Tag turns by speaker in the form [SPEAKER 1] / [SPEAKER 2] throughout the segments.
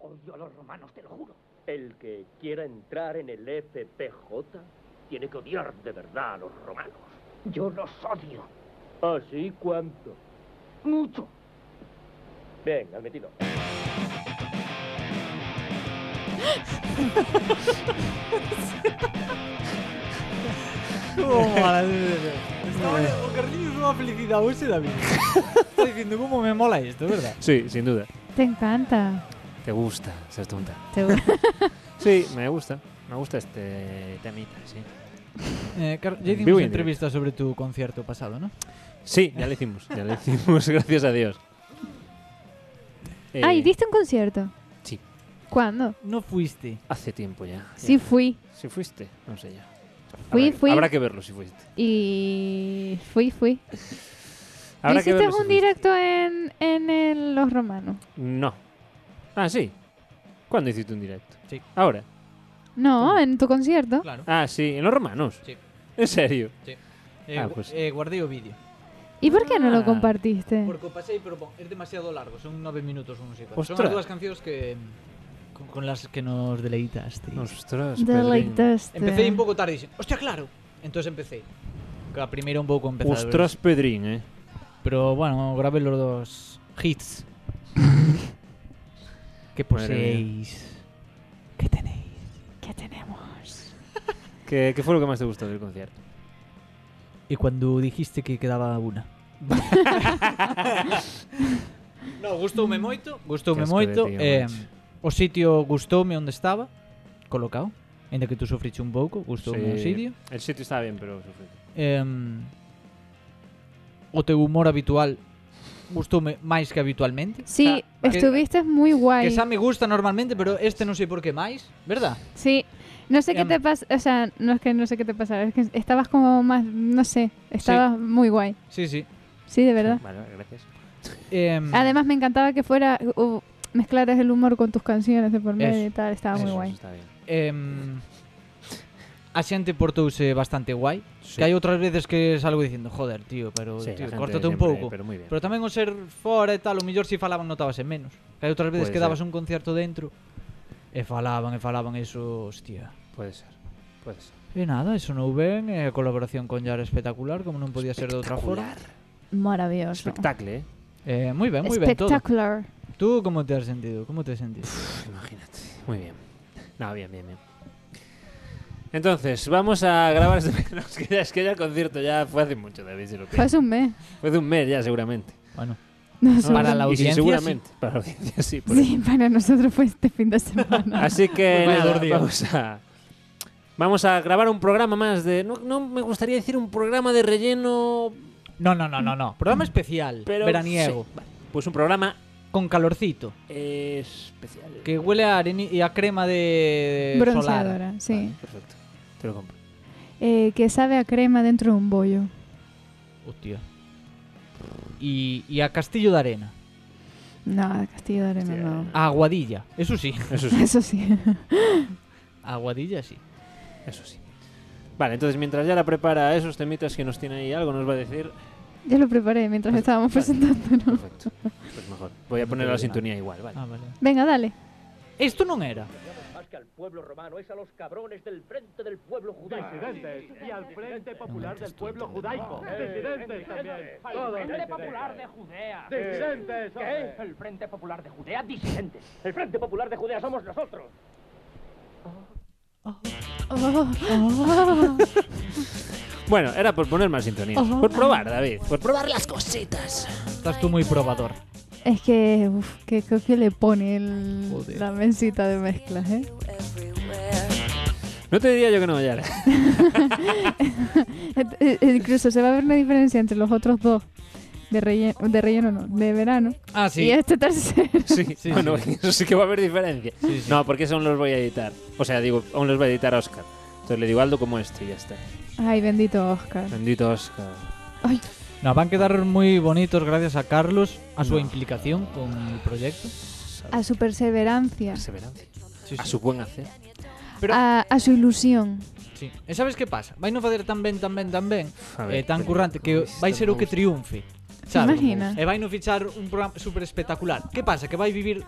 [SPEAKER 1] Odio a los romanos, te lo juro.
[SPEAKER 2] El que quiera entrar en el FPJ tiene que odiar de verdad a los romanos.
[SPEAKER 1] Yo los odio.
[SPEAKER 2] ¿Así cuánto?
[SPEAKER 1] Mucho.
[SPEAKER 2] Venga, metido.
[SPEAKER 3] Oh, madre mía. Estaba- o Carliños es una felicidad hoxe da vida. Está diciendo cómo me mola esto, ¿verdad?
[SPEAKER 4] Sí, sin duda.
[SPEAKER 5] Te encanta.
[SPEAKER 4] Te gusta, seas tonta.
[SPEAKER 5] Te-
[SPEAKER 4] Sí, me gusta. Me gusta este temita, sí.
[SPEAKER 3] Eh, Car- ya hicimos
[SPEAKER 4] Viewing
[SPEAKER 3] entrevista sobre tu concierto pasado, ¿no?
[SPEAKER 4] Sí, ya le hicimos, ya le hicimos, gracias a Dios. Eh,
[SPEAKER 5] Ay, ¿diste un concierto?
[SPEAKER 4] sí.
[SPEAKER 5] ¿Cuándo?
[SPEAKER 3] No fuiste.
[SPEAKER 4] Hace tiempo ya.
[SPEAKER 5] Sí fui.
[SPEAKER 4] Si fuiste, no sé ya.
[SPEAKER 5] Fui,
[SPEAKER 4] habrá,
[SPEAKER 5] fui.
[SPEAKER 4] Habrá que verlo si fuiste.
[SPEAKER 5] Y fui, fui. ¿No
[SPEAKER 4] Habrá que
[SPEAKER 5] hiciste
[SPEAKER 4] verlo si
[SPEAKER 5] un
[SPEAKER 4] fuiste.
[SPEAKER 5] directo en, en el Los Romanos?
[SPEAKER 4] No. Ah, sí. ¿Cuándo hiciste un directo?
[SPEAKER 3] Sí.
[SPEAKER 4] Ahora.
[SPEAKER 5] No, en tu concierto.
[SPEAKER 3] Claro.
[SPEAKER 4] Ah, sí, en los romanos.
[SPEAKER 3] Sí.
[SPEAKER 4] ¿En serio?
[SPEAKER 3] Eh,
[SPEAKER 4] Ah,
[SPEAKER 3] gu-
[SPEAKER 4] pues-
[SPEAKER 3] eh, guardé o vídeo.
[SPEAKER 5] ¿Y por qué no
[SPEAKER 4] Ah.
[SPEAKER 5] lo compartiste?
[SPEAKER 3] Porque o pasei, pero bon, es demasiado largo, son nove minutos o non sei canto. Son
[SPEAKER 4] Ostras.
[SPEAKER 3] as dúas cancións que con, con las que nos deleitaste.
[SPEAKER 4] Ostras, Pedrín.
[SPEAKER 5] Deleitaste.
[SPEAKER 3] Empecé un pouco tarde, dixen, hostia, claro. Entonces empecé. A primeira un pouco empezar.
[SPEAKER 4] Ostras, Pedrín, eh.
[SPEAKER 3] Pero bueno, grabé los dos hits. ¿Qué
[SPEAKER 4] Madre
[SPEAKER 3] poseéis? ¿Qué tenéis?
[SPEAKER 5] ¿Qué tenemos?
[SPEAKER 4] ¿Qué, qué fue lo que más te gustó del concierto?
[SPEAKER 3] Y cuando dijiste que quedaba una. no, gustoume moito, gustoume
[SPEAKER 4] Qué asco
[SPEAKER 3] moito.
[SPEAKER 4] de tío,
[SPEAKER 3] eh,
[SPEAKER 4] macho.
[SPEAKER 3] o sitio gustoume onde estaba colocado, ainda que tú sufriche un pouco, gustoume o
[SPEAKER 4] Sí.
[SPEAKER 3] sitio.
[SPEAKER 4] El sitio estaba bien, pero sufrí.
[SPEAKER 3] Em, o teu humor habitual gustoume máis que habitualmente.
[SPEAKER 5] Sí,
[SPEAKER 3] Ah, que-
[SPEAKER 5] estuviste muy guay.
[SPEAKER 3] Que xa me gusta normalmente, pero este non sei por que máis, verdad?
[SPEAKER 5] Sí. No sé qué
[SPEAKER 3] Em.
[SPEAKER 5] te pasa, o sea, no es que no sé qué te pasara, es que estabas como más, no sé, estabas muy guay.
[SPEAKER 3] Sí, sí.
[SPEAKER 5] Sí, de verdad.
[SPEAKER 4] Vale, gracias.
[SPEAKER 3] Em,
[SPEAKER 4] Mm.
[SPEAKER 5] Además me encantaba que fuera uh, mezclaras el humor con tus canciones de por medio
[SPEAKER 3] Eso.
[SPEAKER 5] y tal, estaba Ah, muy
[SPEAKER 4] Eso,
[SPEAKER 5] guay.
[SPEAKER 4] eso está bien.
[SPEAKER 3] em, a xente portouse bastante guai.
[SPEAKER 4] Sí.
[SPEAKER 3] Que hai outras veces que salgo dicindo, joder, tío, pero
[SPEAKER 4] Sí, la
[SPEAKER 3] tío,
[SPEAKER 4] gente
[SPEAKER 3] córtate un
[SPEAKER 4] siempre,
[SPEAKER 3] pouco. Pero...
[SPEAKER 4] Pero muy bien.
[SPEAKER 3] tamén o ser fora e tal, o mellor si falaban notábase menos. Que hai outras veces
[SPEAKER 4] Puede
[SPEAKER 3] que
[SPEAKER 4] ser.
[SPEAKER 3] dabas un concierto dentro e falaban e falaban eso, hostia.
[SPEAKER 4] Puede ser. Puede ser.
[SPEAKER 3] E nada, eso non ben, e a colaboración con Yara espectacular, como non podía ser de outra forma.
[SPEAKER 5] Maravilloso.
[SPEAKER 4] Espectáculo, eh.
[SPEAKER 3] Eh, moi ben, moi ben todo.
[SPEAKER 5] Espectacular.
[SPEAKER 3] Tú como te has sentido? Como te has sentido?
[SPEAKER 4] Pff, imagínate. Muy bien. No, bien, bien, bien. Entonces, vamos a grabar este... no, es, que ya, es que ya el concierto ya fue hace mucho, David, si lo
[SPEAKER 5] Fue
[SPEAKER 4] piensas.
[SPEAKER 5] hace un mes.
[SPEAKER 4] Fue hace un mes ya, seguramente.
[SPEAKER 3] Bueno,
[SPEAKER 5] No sé.
[SPEAKER 3] Para la
[SPEAKER 4] Y sí,
[SPEAKER 3] audiencia,
[SPEAKER 4] seguramente. Para la audiencia, sí. por eso.
[SPEAKER 5] Sí, para nosotros fue este fin de semana.
[SPEAKER 4] Así que
[SPEAKER 3] Vaya
[SPEAKER 4] nada,
[SPEAKER 3] dos días.
[SPEAKER 4] vamos a... Vamos a grabar un programa más de... No, no me gustaría decir un programa de relleno...
[SPEAKER 3] no, no, no, no, no. Programa especial,
[SPEAKER 4] Pero
[SPEAKER 3] veraniego,
[SPEAKER 4] sí, vale. Pues un programa
[SPEAKER 3] con calorcito.
[SPEAKER 4] eh, especial.
[SPEAKER 3] Que huele a areni y a crema de solar.
[SPEAKER 5] Bronceadora, sí.
[SPEAKER 4] eh, Vale, perfecto. Te lo compro.
[SPEAKER 5] Eh, que sabe a crema dentro de un bollo.
[SPEAKER 3] Hostia. Y, y a Castillo de Arena.
[SPEAKER 5] No, de Castillo de Arena
[SPEAKER 4] Sí, Ah.
[SPEAKER 5] no.
[SPEAKER 3] A Aguadilla. Eso sí.
[SPEAKER 4] Eso sí,
[SPEAKER 5] Eso sí.
[SPEAKER 3] A Aguadilla sí.
[SPEAKER 4] eso sí. Vale, entonces mientras ya la prepara esos temitas que nos tiene ahí algo, nos va a decir...
[SPEAKER 5] Yo lo preparé mientras estábamos
[SPEAKER 4] Vale.
[SPEAKER 5] presentándonos.
[SPEAKER 4] Perfecto. Pues mejor. Voy a
[SPEAKER 3] No
[SPEAKER 4] poner
[SPEAKER 3] te
[SPEAKER 4] la
[SPEAKER 3] digo
[SPEAKER 4] sintonía igual, vale.
[SPEAKER 3] Ah, vale.
[SPEAKER 5] Venga, dale.
[SPEAKER 3] Esto no era.
[SPEAKER 2] Más que al pueblo romano es a los cabrones del frente del pueblo judaico.
[SPEAKER 6] y al Frente
[SPEAKER 3] Popular del Pueblo
[SPEAKER 6] Judaico.
[SPEAKER 2] Eh,
[SPEAKER 6] Disidentes también.
[SPEAKER 2] Todos
[SPEAKER 6] Frente
[SPEAKER 2] disidentes.
[SPEAKER 6] Popular de Judea.
[SPEAKER 2] Disidentes,
[SPEAKER 6] ¿Qué? El Frente Popular de Judea, disidentes.
[SPEAKER 2] El Frente Popular de Judea somos nosotros.
[SPEAKER 4] Bueno, era por poner más sintonía. Por probar, David. Por probar las cositas.
[SPEAKER 3] Estás tú muy probador.
[SPEAKER 5] Es que, uf, que creo que le pone el-
[SPEAKER 3] Joder.
[SPEAKER 5] la mesita de mezclas, ¿eh?
[SPEAKER 4] No te diría yo que no, Yara.
[SPEAKER 5] Et- eh, eh, Incluso se va a ver una diferencia entre los otros dos. De relleno, de relleno no, de verano.
[SPEAKER 3] Ah,
[SPEAKER 5] Y
[SPEAKER 3] sí.
[SPEAKER 5] este tercero.
[SPEAKER 4] Sí,
[SPEAKER 3] Sí,
[SPEAKER 4] bueno,
[SPEAKER 3] sí.
[SPEAKER 4] eso sí que va a haber diferencia.
[SPEAKER 3] Sí, sí.
[SPEAKER 4] No, porque eso aún los voy a editar. O sea, digo, aún los voy a editar a Oscar. Entonces le digo Aldo como este y ya está.
[SPEAKER 5] Ay, bendito Oscar.
[SPEAKER 4] Bendito Oscar.
[SPEAKER 5] Ay,
[SPEAKER 3] Nos van a quedar muy bonitos gracias a Carlos, a su
[SPEAKER 4] No.
[SPEAKER 3] implicación con el proyecto.
[SPEAKER 5] a su perseverancia,
[SPEAKER 4] perseverancia.
[SPEAKER 3] Sí,
[SPEAKER 4] A su buen hacer.
[SPEAKER 3] Pero-
[SPEAKER 5] a, a su ilusión.
[SPEAKER 3] sí. E sabes que pasa? Vai non facer tan ben, tan ben, tan ben,
[SPEAKER 4] A
[SPEAKER 3] eh,
[SPEAKER 4] ver,
[SPEAKER 3] tan
[SPEAKER 4] pero
[SPEAKER 3] currante que
[SPEAKER 4] con isto
[SPEAKER 3] vai ser o
[SPEAKER 4] non
[SPEAKER 3] que
[SPEAKER 4] gusta.
[SPEAKER 3] triunfe.
[SPEAKER 5] Imagina.
[SPEAKER 3] E vai non fichar un programa super espectacular. Que pasa? Que vai vivir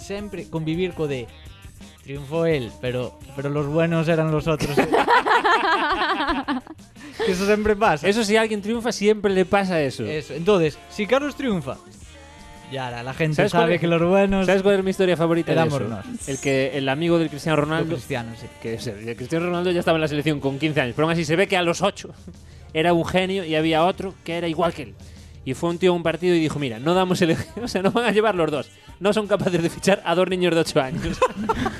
[SPEAKER 3] sempre convivir co de triunfó él, pero pero los buenos eran los otros. que eso sempre pasa.
[SPEAKER 4] Eso si alguien triunfa siempre le pasa eso.
[SPEAKER 3] Eso. Entonces, si Carlos triunfa, ya la, la gente
[SPEAKER 4] ¿Sabes cuál
[SPEAKER 3] sabe
[SPEAKER 4] es-
[SPEAKER 3] que los buenos
[SPEAKER 4] ¿Sabes cuál es mi historia favorita de
[SPEAKER 3] Éramos
[SPEAKER 4] eso?
[SPEAKER 3] nos.
[SPEAKER 4] El que el amigo del Cristiano
[SPEAKER 3] los
[SPEAKER 4] Ronaldo
[SPEAKER 3] cristianos, sí.
[SPEAKER 4] que es el, el Cristiano Ronaldo ya estaba en la selección con 15 años, pero aún así se ve que a los 8 era un genio y había otro que era igual que él. Y fue un tío a un partido y dijo, mira, no damos el... O sea, no van a llevar los dos. No son capaces de fichar a dos niños de 8 años.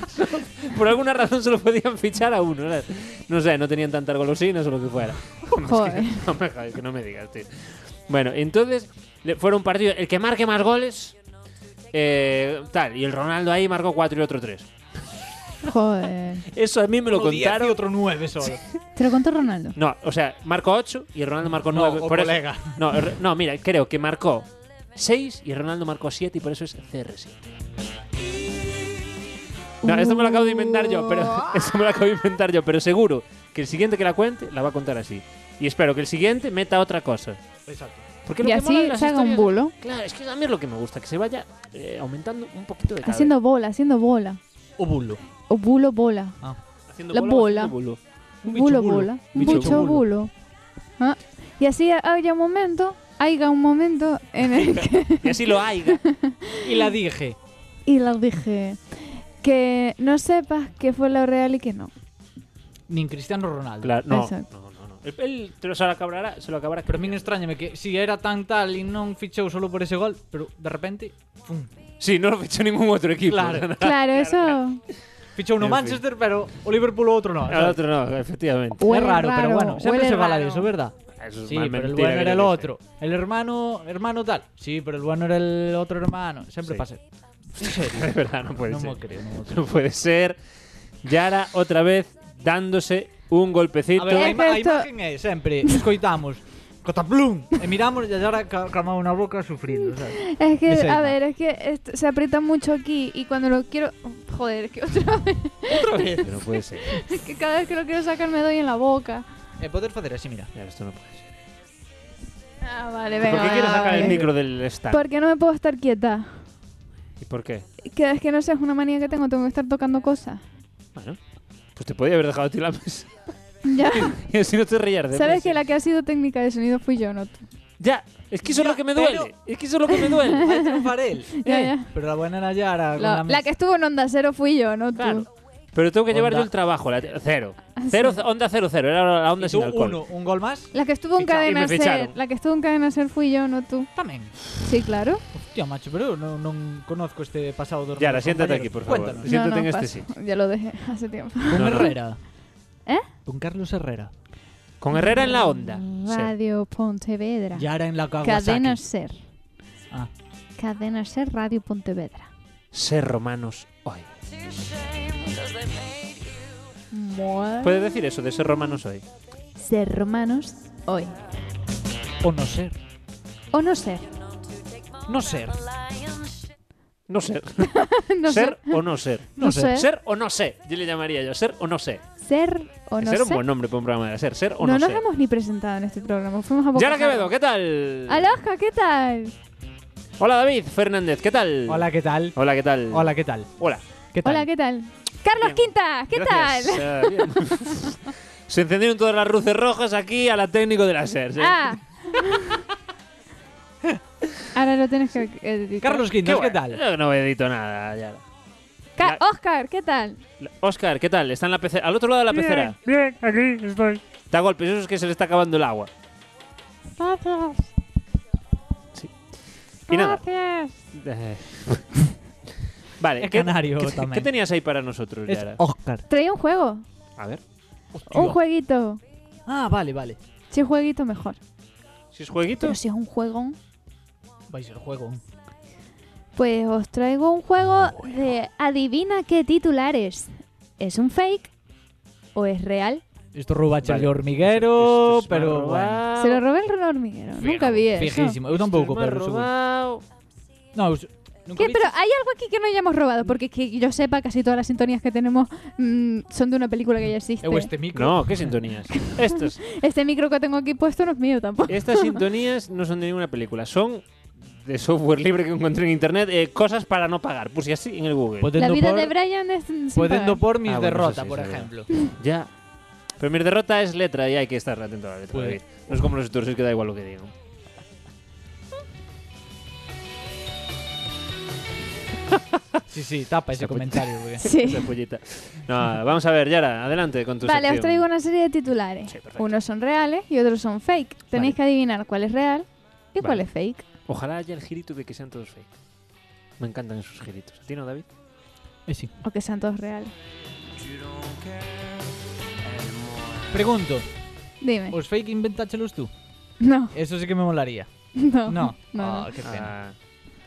[SPEAKER 4] Por alguna razón solo podían fichar a uno. ¿sabes? No sé, no tenían tantas golosinas o lo que fuera.
[SPEAKER 5] Joder.
[SPEAKER 4] No me jodas, que no me digas, tío. Bueno, entonces le- fueron partidos. El que marque más goles, eh, tal. Y el Ronaldo ahí marcó 4 y otro 3.
[SPEAKER 5] Joder.
[SPEAKER 4] Eso a mí me lo
[SPEAKER 3] Uno diez
[SPEAKER 4] contaron.
[SPEAKER 3] y otro nueve solo.
[SPEAKER 5] ¿Te lo contó Ronaldo?
[SPEAKER 4] No, o sea, marcó 8 y Ronaldo marcó 9.
[SPEAKER 3] o
[SPEAKER 4] por eso-
[SPEAKER 3] colega.
[SPEAKER 4] No, R- no, mira, creo que marcó 6 y Ronaldo marcó 7 y por eso es CR7. No, esto me lo acabo de inventar yo, pero esto me lo acabo de inventar yo, pero seguro que el siguiente que la cuente la va a contar así. Y espero que el siguiente meta otra cosa.
[SPEAKER 3] Exacto.
[SPEAKER 4] Porque lo
[SPEAKER 5] Y
[SPEAKER 4] que mola de
[SPEAKER 5] así
[SPEAKER 4] las
[SPEAKER 5] saca un
[SPEAKER 4] historias-
[SPEAKER 5] bulo.
[SPEAKER 4] Claro, es que a mí es lo que me gusta, que se vaya eh, aumentando un poquito de cada
[SPEAKER 5] Haciendo bola, haciendo bola.
[SPEAKER 3] O bulo.
[SPEAKER 5] O bulo, bola.
[SPEAKER 4] vez. Haciendo
[SPEAKER 5] la
[SPEAKER 4] va
[SPEAKER 5] bola.
[SPEAKER 4] haciendo bulo.
[SPEAKER 3] Un bicho
[SPEAKER 5] bulo,
[SPEAKER 3] bulo.
[SPEAKER 5] bola.
[SPEAKER 4] Bicho
[SPEAKER 5] Bicho, bulo.
[SPEAKER 4] bulo.
[SPEAKER 5] Ah, Y así haya un momento, haya un momento en el que...
[SPEAKER 4] Y así lo haya.
[SPEAKER 3] Y la dije.
[SPEAKER 5] y les dije que no sepas qué fue lo real y que no.
[SPEAKER 3] Ni Cristiano Ronaldo.
[SPEAKER 4] Claro, no, no,
[SPEAKER 5] Exacto.
[SPEAKER 4] no, no. Él- Él te lo se lo acabará, se lo acabará.
[SPEAKER 3] Pero a min extrañame que si era tan tal e non fichou solo por ese gol, pero de repente, pum,
[SPEAKER 4] Sí, no lo fichó ningún otro equipo.
[SPEAKER 3] Claro.
[SPEAKER 5] Claro, eso
[SPEAKER 3] fichou no
[SPEAKER 4] En fin.
[SPEAKER 3] Manchester, pero o Liverpool o outro non.
[SPEAKER 4] Al otro no,
[SPEAKER 3] É
[SPEAKER 4] efectivamente.
[SPEAKER 5] huele
[SPEAKER 3] raro, pero bueno, sempre
[SPEAKER 5] huele
[SPEAKER 3] se fala
[SPEAKER 5] raro.
[SPEAKER 3] disso, verdad?
[SPEAKER 4] Eso es
[SPEAKER 3] Sí,
[SPEAKER 4] más
[SPEAKER 3] pero el
[SPEAKER 4] mentira
[SPEAKER 3] bueno
[SPEAKER 4] que
[SPEAKER 3] era el
[SPEAKER 4] yo que
[SPEAKER 3] otro. El hermano, hermano tal. Sí, pero el bueno era el otro hermano. Siempre
[SPEAKER 4] Sí.
[SPEAKER 3] pasa. En
[SPEAKER 4] sé.
[SPEAKER 3] serio.
[SPEAKER 4] De verdad, no puede
[SPEAKER 3] no me
[SPEAKER 4] ser.
[SPEAKER 3] lo creo, no me lo creo.
[SPEAKER 4] No puede ser. Yara otra vez dándose un golpecito.
[SPEAKER 3] A ver, a,
[SPEAKER 5] É
[SPEAKER 3] ima a
[SPEAKER 5] esto-
[SPEAKER 3] imagen é sempre, escoitamos, cotaplum, e miramos e agora ca calmamos na boca sufrindo, sabes?
[SPEAKER 5] Es que,
[SPEAKER 3] Esa
[SPEAKER 5] a ver, es que esto- se aprieta mucho aquí y cuando lo quiero... Joder, es que otra vez,
[SPEAKER 3] Outra vez.
[SPEAKER 4] No puede ser.
[SPEAKER 5] es que cada vez que lo quiero sacar me doy en la boca.
[SPEAKER 3] E podes facer así, mira.
[SPEAKER 4] Yara, esto no puede ser.
[SPEAKER 5] Ah, vale, venga.
[SPEAKER 4] ¿Por qué
[SPEAKER 5] venga,
[SPEAKER 4] quieres sacar el
[SPEAKER 5] vale.
[SPEAKER 4] micro del stand?
[SPEAKER 5] Porque no me puedo estar quieta.
[SPEAKER 4] ¿Y por qué?
[SPEAKER 5] Que es que no sé, es una manía que tengo, tengo que estar tocando cosas.
[SPEAKER 4] Bueno, pues te podía haber dejado a ti la mesa.
[SPEAKER 5] Ya,
[SPEAKER 4] Y así no te reías de
[SPEAKER 5] sabes
[SPEAKER 4] mesa.
[SPEAKER 5] que la que ha sido técnica de sonido fui yo, no tú.
[SPEAKER 4] Ya, es que eso es
[SPEAKER 3] Ya,
[SPEAKER 4] lo que me
[SPEAKER 3] pero-
[SPEAKER 4] duele. Es que eso es lo que me duele.
[SPEAKER 3] Vai triunfar el.
[SPEAKER 5] Ya,
[SPEAKER 3] Eh,
[SPEAKER 5] ya.
[SPEAKER 3] Pero la buena era Yara. con
[SPEAKER 5] La,
[SPEAKER 3] la
[SPEAKER 5] la que estuvo en Onda Cero fui yo, no tú.
[SPEAKER 4] Ah, Claro. Pero tengo que llevar
[SPEAKER 3] Onda.
[SPEAKER 4] yo el trabajo, la cero. cero.
[SPEAKER 5] Ah, sí.
[SPEAKER 4] Onda cero cero, era la onda
[SPEAKER 3] Y tú,
[SPEAKER 4] sin alcohol.
[SPEAKER 3] uno, un gol más.
[SPEAKER 5] La que estuvo en
[SPEAKER 4] Ficha- y me
[SPEAKER 5] cadena
[SPEAKER 4] ficharon.
[SPEAKER 5] ser, la que estuvo en cadena ser fui yo, no tú.
[SPEAKER 3] Tamén.
[SPEAKER 5] Sí, claro.
[SPEAKER 3] Hostia, macho, pero non, non conozco este pasado dos meus
[SPEAKER 4] Yara, siéntate
[SPEAKER 3] compañeros.
[SPEAKER 4] aquí, por favor.
[SPEAKER 3] Cuéntanos.
[SPEAKER 4] Siéntate en este
[SPEAKER 5] pasa.
[SPEAKER 4] sitio.
[SPEAKER 5] Ya lo dejé hace tiempo.
[SPEAKER 3] Con
[SPEAKER 4] No, no.
[SPEAKER 3] Herrera.
[SPEAKER 5] ¿Eh?
[SPEAKER 3] Con Carlos Herrera.
[SPEAKER 4] Con Herrera en la onda. Sí.
[SPEAKER 5] Radio Pontevedra.
[SPEAKER 3] Yara en la Kawasaki.
[SPEAKER 5] Cadena ser.
[SPEAKER 3] Ah.
[SPEAKER 5] Cadena ser Radio Pontevedra.
[SPEAKER 4] Ser romanos hoy.
[SPEAKER 5] Mua.
[SPEAKER 4] ¿Puedes decir eso de ser romanos hoy?
[SPEAKER 5] Pues, Ser romanos hoy.
[SPEAKER 3] O no ser.
[SPEAKER 5] O no ser.
[SPEAKER 3] No ser.
[SPEAKER 4] No ser.
[SPEAKER 5] no
[SPEAKER 4] ser
[SPEAKER 5] ser.
[SPEAKER 4] o no ser.
[SPEAKER 3] No sé.
[SPEAKER 5] sé.
[SPEAKER 4] Ser o no sé. Yo le llamaría yo. Ser o no sé.
[SPEAKER 5] Ser o no
[SPEAKER 4] ser un
[SPEAKER 5] ser.
[SPEAKER 4] buen nombre para un programa de ser. Ser o
[SPEAKER 5] no
[SPEAKER 4] no,
[SPEAKER 5] nos
[SPEAKER 4] ser.
[SPEAKER 5] hemos ni presentado en este programa. Fuimos a boca
[SPEAKER 4] Yara
[SPEAKER 5] cerrada.
[SPEAKER 4] Quevedo, ¿qué tal?
[SPEAKER 5] Aloha, ¿qué tal?
[SPEAKER 4] Hola David Fernández, ¿qué tal?
[SPEAKER 3] Hola, ¿qué tal?
[SPEAKER 4] Hola, ¿qué tal?
[SPEAKER 3] Hola, ¿qué tal?
[SPEAKER 4] Hola.
[SPEAKER 3] ¿Qué tal?
[SPEAKER 5] Hola, ¿qué tal? Carlos
[SPEAKER 4] Bien.
[SPEAKER 5] Quintas, ¿qué
[SPEAKER 4] Gracias.
[SPEAKER 5] tal?
[SPEAKER 4] Ah, bien. Se encendieron todas las luces rojas aquí a la técnico de la SER. ¿sí?
[SPEAKER 5] Ah. Ahora lo tienes que editar.
[SPEAKER 3] Carlos Quintas, ¿qué
[SPEAKER 4] bueno.
[SPEAKER 3] tal?
[SPEAKER 4] Yo No edito nada, Yara.
[SPEAKER 5] Ca- Oscar, ¿qué tal?
[SPEAKER 4] Oscar, ¿qué tal? ¿Está en la pecera? ¿Al otro lado de la pecera?
[SPEAKER 7] Bien, aquí estoy.
[SPEAKER 4] Está golpes, eso es que se le está acabando el agua.
[SPEAKER 5] Gracias.
[SPEAKER 4] Sí. Y nada.
[SPEAKER 5] Gracias.
[SPEAKER 4] Eh. vale,
[SPEAKER 3] Es canario
[SPEAKER 4] ¿qué,
[SPEAKER 3] también.
[SPEAKER 4] qué tenías ahí para nosotros,
[SPEAKER 3] Es
[SPEAKER 4] Yara?
[SPEAKER 3] Oscar.
[SPEAKER 5] Traía un juego.
[SPEAKER 4] A ver,
[SPEAKER 5] Un jueguito.
[SPEAKER 3] Ah, vale, vale.
[SPEAKER 5] Si es jueguito, mejor.
[SPEAKER 4] si es jueguito,
[SPEAKER 5] Pero si es un juegón,
[SPEAKER 3] Vais al juego.
[SPEAKER 5] pues os traigo un juego de adivina qué titulares. ¿Es un fake o es real?
[SPEAKER 3] Esto roba
[SPEAKER 4] Vale.
[SPEAKER 3] Charlie Hormiguero,
[SPEAKER 4] Esto es más
[SPEAKER 3] pero bueno.
[SPEAKER 4] robado.
[SPEAKER 5] Se lo robé el Ron Hormiguero.
[SPEAKER 4] Fijo,
[SPEAKER 5] Nunca vi eso.
[SPEAKER 3] Fijísimo. Eu
[SPEAKER 4] Esto es
[SPEAKER 3] tampouco,
[SPEAKER 4] más
[SPEAKER 3] pero seguro.
[SPEAKER 4] robado.
[SPEAKER 3] No, eu se- nunca
[SPEAKER 5] ¿Qué?
[SPEAKER 3] vi-
[SPEAKER 5] Pero hay algo aquí que no hayamos robado, porque que yo sepa, casi todas las sintonías que tenemos mm, son de una película que ya existe.
[SPEAKER 3] Eu este micro.
[SPEAKER 4] No, ¿qué sintonías? Estas,
[SPEAKER 5] Este micro que tengo aquí puesto no es mío tampoco.
[SPEAKER 4] estas sintonías no son de ninguna película, son de software libre que encontré en internet, eh, cosas para no pagar. Puse así en el Google.
[SPEAKER 5] La
[SPEAKER 3] Potendo
[SPEAKER 5] vida
[SPEAKER 3] por,
[SPEAKER 5] de Brian es sin
[SPEAKER 3] potendo
[SPEAKER 5] pagar.
[SPEAKER 3] por mis
[SPEAKER 4] Ah, bueno, eso
[SPEAKER 3] derrotas,
[SPEAKER 4] sí,
[SPEAKER 3] por
[SPEAKER 4] sabía.
[SPEAKER 3] ejemplo.
[SPEAKER 4] Ya. Pero mi derrota es letra y hay que estar atento a la letra.
[SPEAKER 3] Puede.
[SPEAKER 4] David. No es como los otros, es que da igual lo que digan.
[SPEAKER 3] Sí, sí, tapa ese
[SPEAKER 4] Esa puta-
[SPEAKER 3] comentario. porque-
[SPEAKER 5] Sí.
[SPEAKER 4] Esa pollita. No, vamos a ver, Yara, adelante con tu
[SPEAKER 5] Vale, os
[SPEAKER 4] sección.
[SPEAKER 5] traigo una serie de titulares.
[SPEAKER 4] Sí, perfecto.
[SPEAKER 5] Unos son reales y otros son fake.
[SPEAKER 4] Vale.
[SPEAKER 5] Tenéis que adivinar cuál es real y cuál
[SPEAKER 4] Vale.
[SPEAKER 5] es fake.
[SPEAKER 4] Ojalá haya el girito de que sean todos fake. Me encantan esos giritos. ¿A ti no, David?
[SPEAKER 3] Eh, sí.
[SPEAKER 5] O que sean todos reales.
[SPEAKER 3] Pregunto,
[SPEAKER 5] Dime.
[SPEAKER 3] ¿os fake inventáchelos tú?
[SPEAKER 5] No,
[SPEAKER 3] Eso sí que me molaría.
[SPEAKER 5] no.
[SPEAKER 3] No.
[SPEAKER 5] no,
[SPEAKER 3] Ah, qué pena.
[SPEAKER 4] Ah.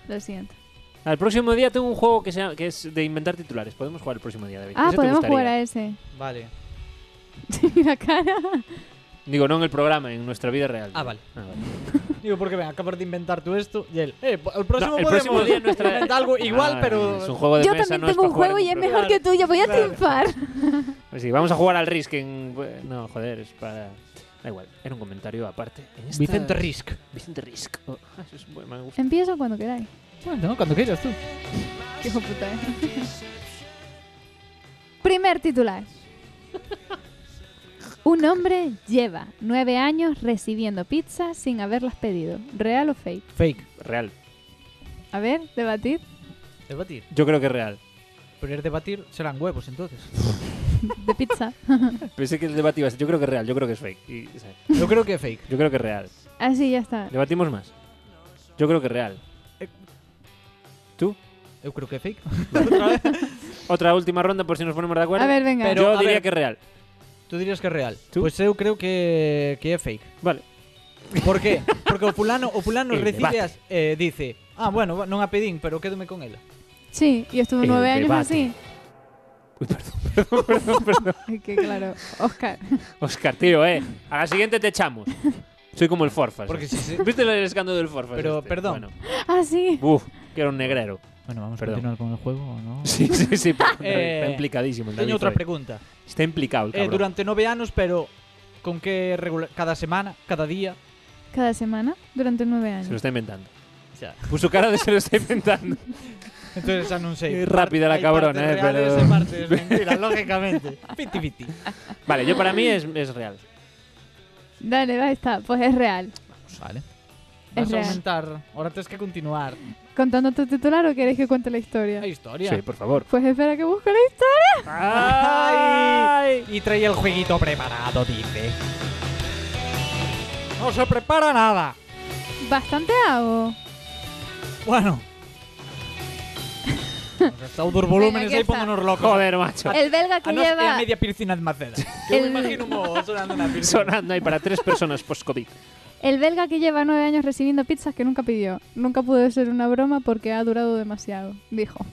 [SPEAKER 5] lo siento.
[SPEAKER 4] Al próximo día tengo un juego que, sea, que es de inventar titulares. Podemos jugar el próximo día, David.
[SPEAKER 5] Ah,
[SPEAKER 4] Ese te
[SPEAKER 5] podemos
[SPEAKER 4] gustaría.
[SPEAKER 5] jugar a ese.
[SPEAKER 4] Ah.
[SPEAKER 3] Vale.
[SPEAKER 5] la cara.
[SPEAKER 4] Digo, no en el programa, en nuestra vida real.
[SPEAKER 3] Ah, vale.
[SPEAKER 4] vale.
[SPEAKER 3] Digo, porque ven, acabas de inventar tú esto y él. Eh, po- el próximo,
[SPEAKER 4] No, el
[SPEAKER 3] podemos
[SPEAKER 4] próximo día nuestra...
[SPEAKER 3] inventar algo igual,
[SPEAKER 4] Ah,
[SPEAKER 3] pero.
[SPEAKER 4] Es un juego de
[SPEAKER 5] Yo
[SPEAKER 4] mesa,
[SPEAKER 5] también
[SPEAKER 4] no es
[SPEAKER 5] tengo
[SPEAKER 4] para
[SPEAKER 5] un
[SPEAKER 4] jugar
[SPEAKER 5] juego
[SPEAKER 4] en
[SPEAKER 5] y es
[SPEAKER 4] un programa.
[SPEAKER 5] mejor que tú. Yo voy a
[SPEAKER 3] Claro.
[SPEAKER 5] triunfar.
[SPEAKER 4] Pues sí, vamos a jugar al Risk en... No, joder, es para... Da igual, era un comentario aparte. En esta-
[SPEAKER 3] Vicente Risk.
[SPEAKER 4] Vicente Risk. Oh, ah, eso es bueno, me gusta.
[SPEAKER 5] Empiezo cuando queráis.
[SPEAKER 3] Bueno, cuando quieras tú.
[SPEAKER 5] Qué hijo puta, ¿eh? Primer titular. Un hombre lleva nueve años recibiendo pizza sin haberlas pedido. ¿Real o fake?
[SPEAKER 3] Fake.
[SPEAKER 4] Real.
[SPEAKER 5] A ver, debatir.
[SPEAKER 3] Debatir.
[SPEAKER 4] Yo creo que es real.
[SPEAKER 3] Pero el debatir serán huevos entonces.
[SPEAKER 5] De pizza.
[SPEAKER 4] Pensé que el debate iba a ser... Yo creo que es real, yo creo que es fake. Y, o sea,
[SPEAKER 3] Yo creo que fake.
[SPEAKER 4] yo creo que es real.
[SPEAKER 5] Así Ah, ya está.
[SPEAKER 4] Debatimos más. Yo creo que es real. Eh, ¿Tú?
[SPEAKER 3] Yo creo que fake.
[SPEAKER 4] Otra última ronda por si nos ponemos de acuerdo.
[SPEAKER 5] A ver, venga.
[SPEAKER 3] Pero-
[SPEAKER 4] yo
[SPEAKER 3] a
[SPEAKER 4] diría
[SPEAKER 3] ver.
[SPEAKER 4] que es real.
[SPEAKER 3] Tú dirías que es real.
[SPEAKER 4] ¿Tú?
[SPEAKER 3] Pues yo creo que, que é fake.
[SPEAKER 4] Vale.
[SPEAKER 3] Por qué? Porque o fulano, o fulano
[SPEAKER 4] El
[SPEAKER 3] recibe
[SPEAKER 4] debate.
[SPEAKER 3] as, eh, dice Ah, bueno, va- non a pedín, pero quédome con ela
[SPEAKER 5] Sí, y estuvo
[SPEAKER 4] El
[SPEAKER 5] nueve años
[SPEAKER 4] debate.
[SPEAKER 5] así.
[SPEAKER 4] Uy, perdón, perdón, perdón, perdón.
[SPEAKER 5] Es que claro, Oscar.
[SPEAKER 4] Oscar, tío, eh. A la siguiente te echamos. Soy como el Forfas.
[SPEAKER 3] Porque
[SPEAKER 4] eh.
[SPEAKER 3] si se...
[SPEAKER 4] ¿Viste el escándalo del Forfas?
[SPEAKER 3] Pero,
[SPEAKER 4] este?
[SPEAKER 3] perdón.
[SPEAKER 4] Bueno.
[SPEAKER 5] Ah, sí.
[SPEAKER 4] Uf, que era un negrero.
[SPEAKER 3] Bueno, vamos a
[SPEAKER 4] Perdón.
[SPEAKER 3] continuar con el juego, ¿o no?
[SPEAKER 4] Sí, sí, sí. perdón,
[SPEAKER 3] Eh,
[SPEAKER 4] está implicadísimo. el
[SPEAKER 3] Teño
[SPEAKER 4] David
[SPEAKER 3] outra
[SPEAKER 4] hoy.
[SPEAKER 3] pregunta
[SPEAKER 4] Está implicado el
[SPEAKER 3] eh,
[SPEAKER 4] cabrón.
[SPEAKER 3] Durante nove anos, pero Con que regular... Cada semana, cada día
[SPEAKER 5] Cada semana durante
[SPEAKER 4] Se
[SPEAKER 5] nueve
[SPEAKER 4] lo
[SPEAKER 5] años.
[SPEAKER 4] está inventando.
[SPEAKER 3] xa.
[SPEAKER 4] Puso cara de se lo está inventando.
[SPEAKER 3] Entonces xa non sei
[SPEAKER 4] É rápida la
[SPEAKER 3] Hai
[SPEAKER 4] cabrona,
[SPEAKER 3] partes
[SPEAKER 4] eh,
[SPEAKER 3] reales
[SPEAKER 4] pero-
[SPEAKER 3] e partes mentira, lógicamente Fiti, fiti
[SPEAKER 4] Vale, yo para mí es, es real.
[SPEAKER 5] Dale, ahí está. Pues es real.
[SPEAKER 3] Vale
[SPEAKER 5] Es
[SPEAKER 3] Vas a
[SPEAKER 5] real.
[SPEAKER 3] aumentar Ahora tens que continuar
[SPEAKER 5] ¿Contando tu titular o queréis que cuente la historia?
[SPEAKER 3] Hay historia
[SPEAKER 4] Sí, por favor.
[SPEAKER 5] Pues espera que busque la historia.
[SPEAKER 3] ¡Ay! Y trae el jueguito preparado, dice. No se prepara nada.
[SPEAKER 5] Bastante hago.
[SPEAKER 3] Bueno. Estado dos volúmenes
[SPEAKER 5] aquí
[SPEAKER 3] ahí,
[SPEAKER 5] está.
[SPEAKER 3] pónganos locos.
[SPEAKER 4] Joder, macho.
[SPEAKER 5] El belga que
[SPEAKER 3] A ah, no ser
[SPEAKER 5] lleva.
[SPEAKER 3] a media piscina de Maceda. Yo
[SPEAKER 5] El-
[SPEAKER 3] me imagino un moho sonando una piscina.
[SPEAKER 4] Sonando ahí para tres personas post-COVID.
[SPEAKER 5] El belga que lleva nueve años recibiendo pizzas que nunca pidió. Nunca pudo ser una broma porque ha durado demasiado. Dijo,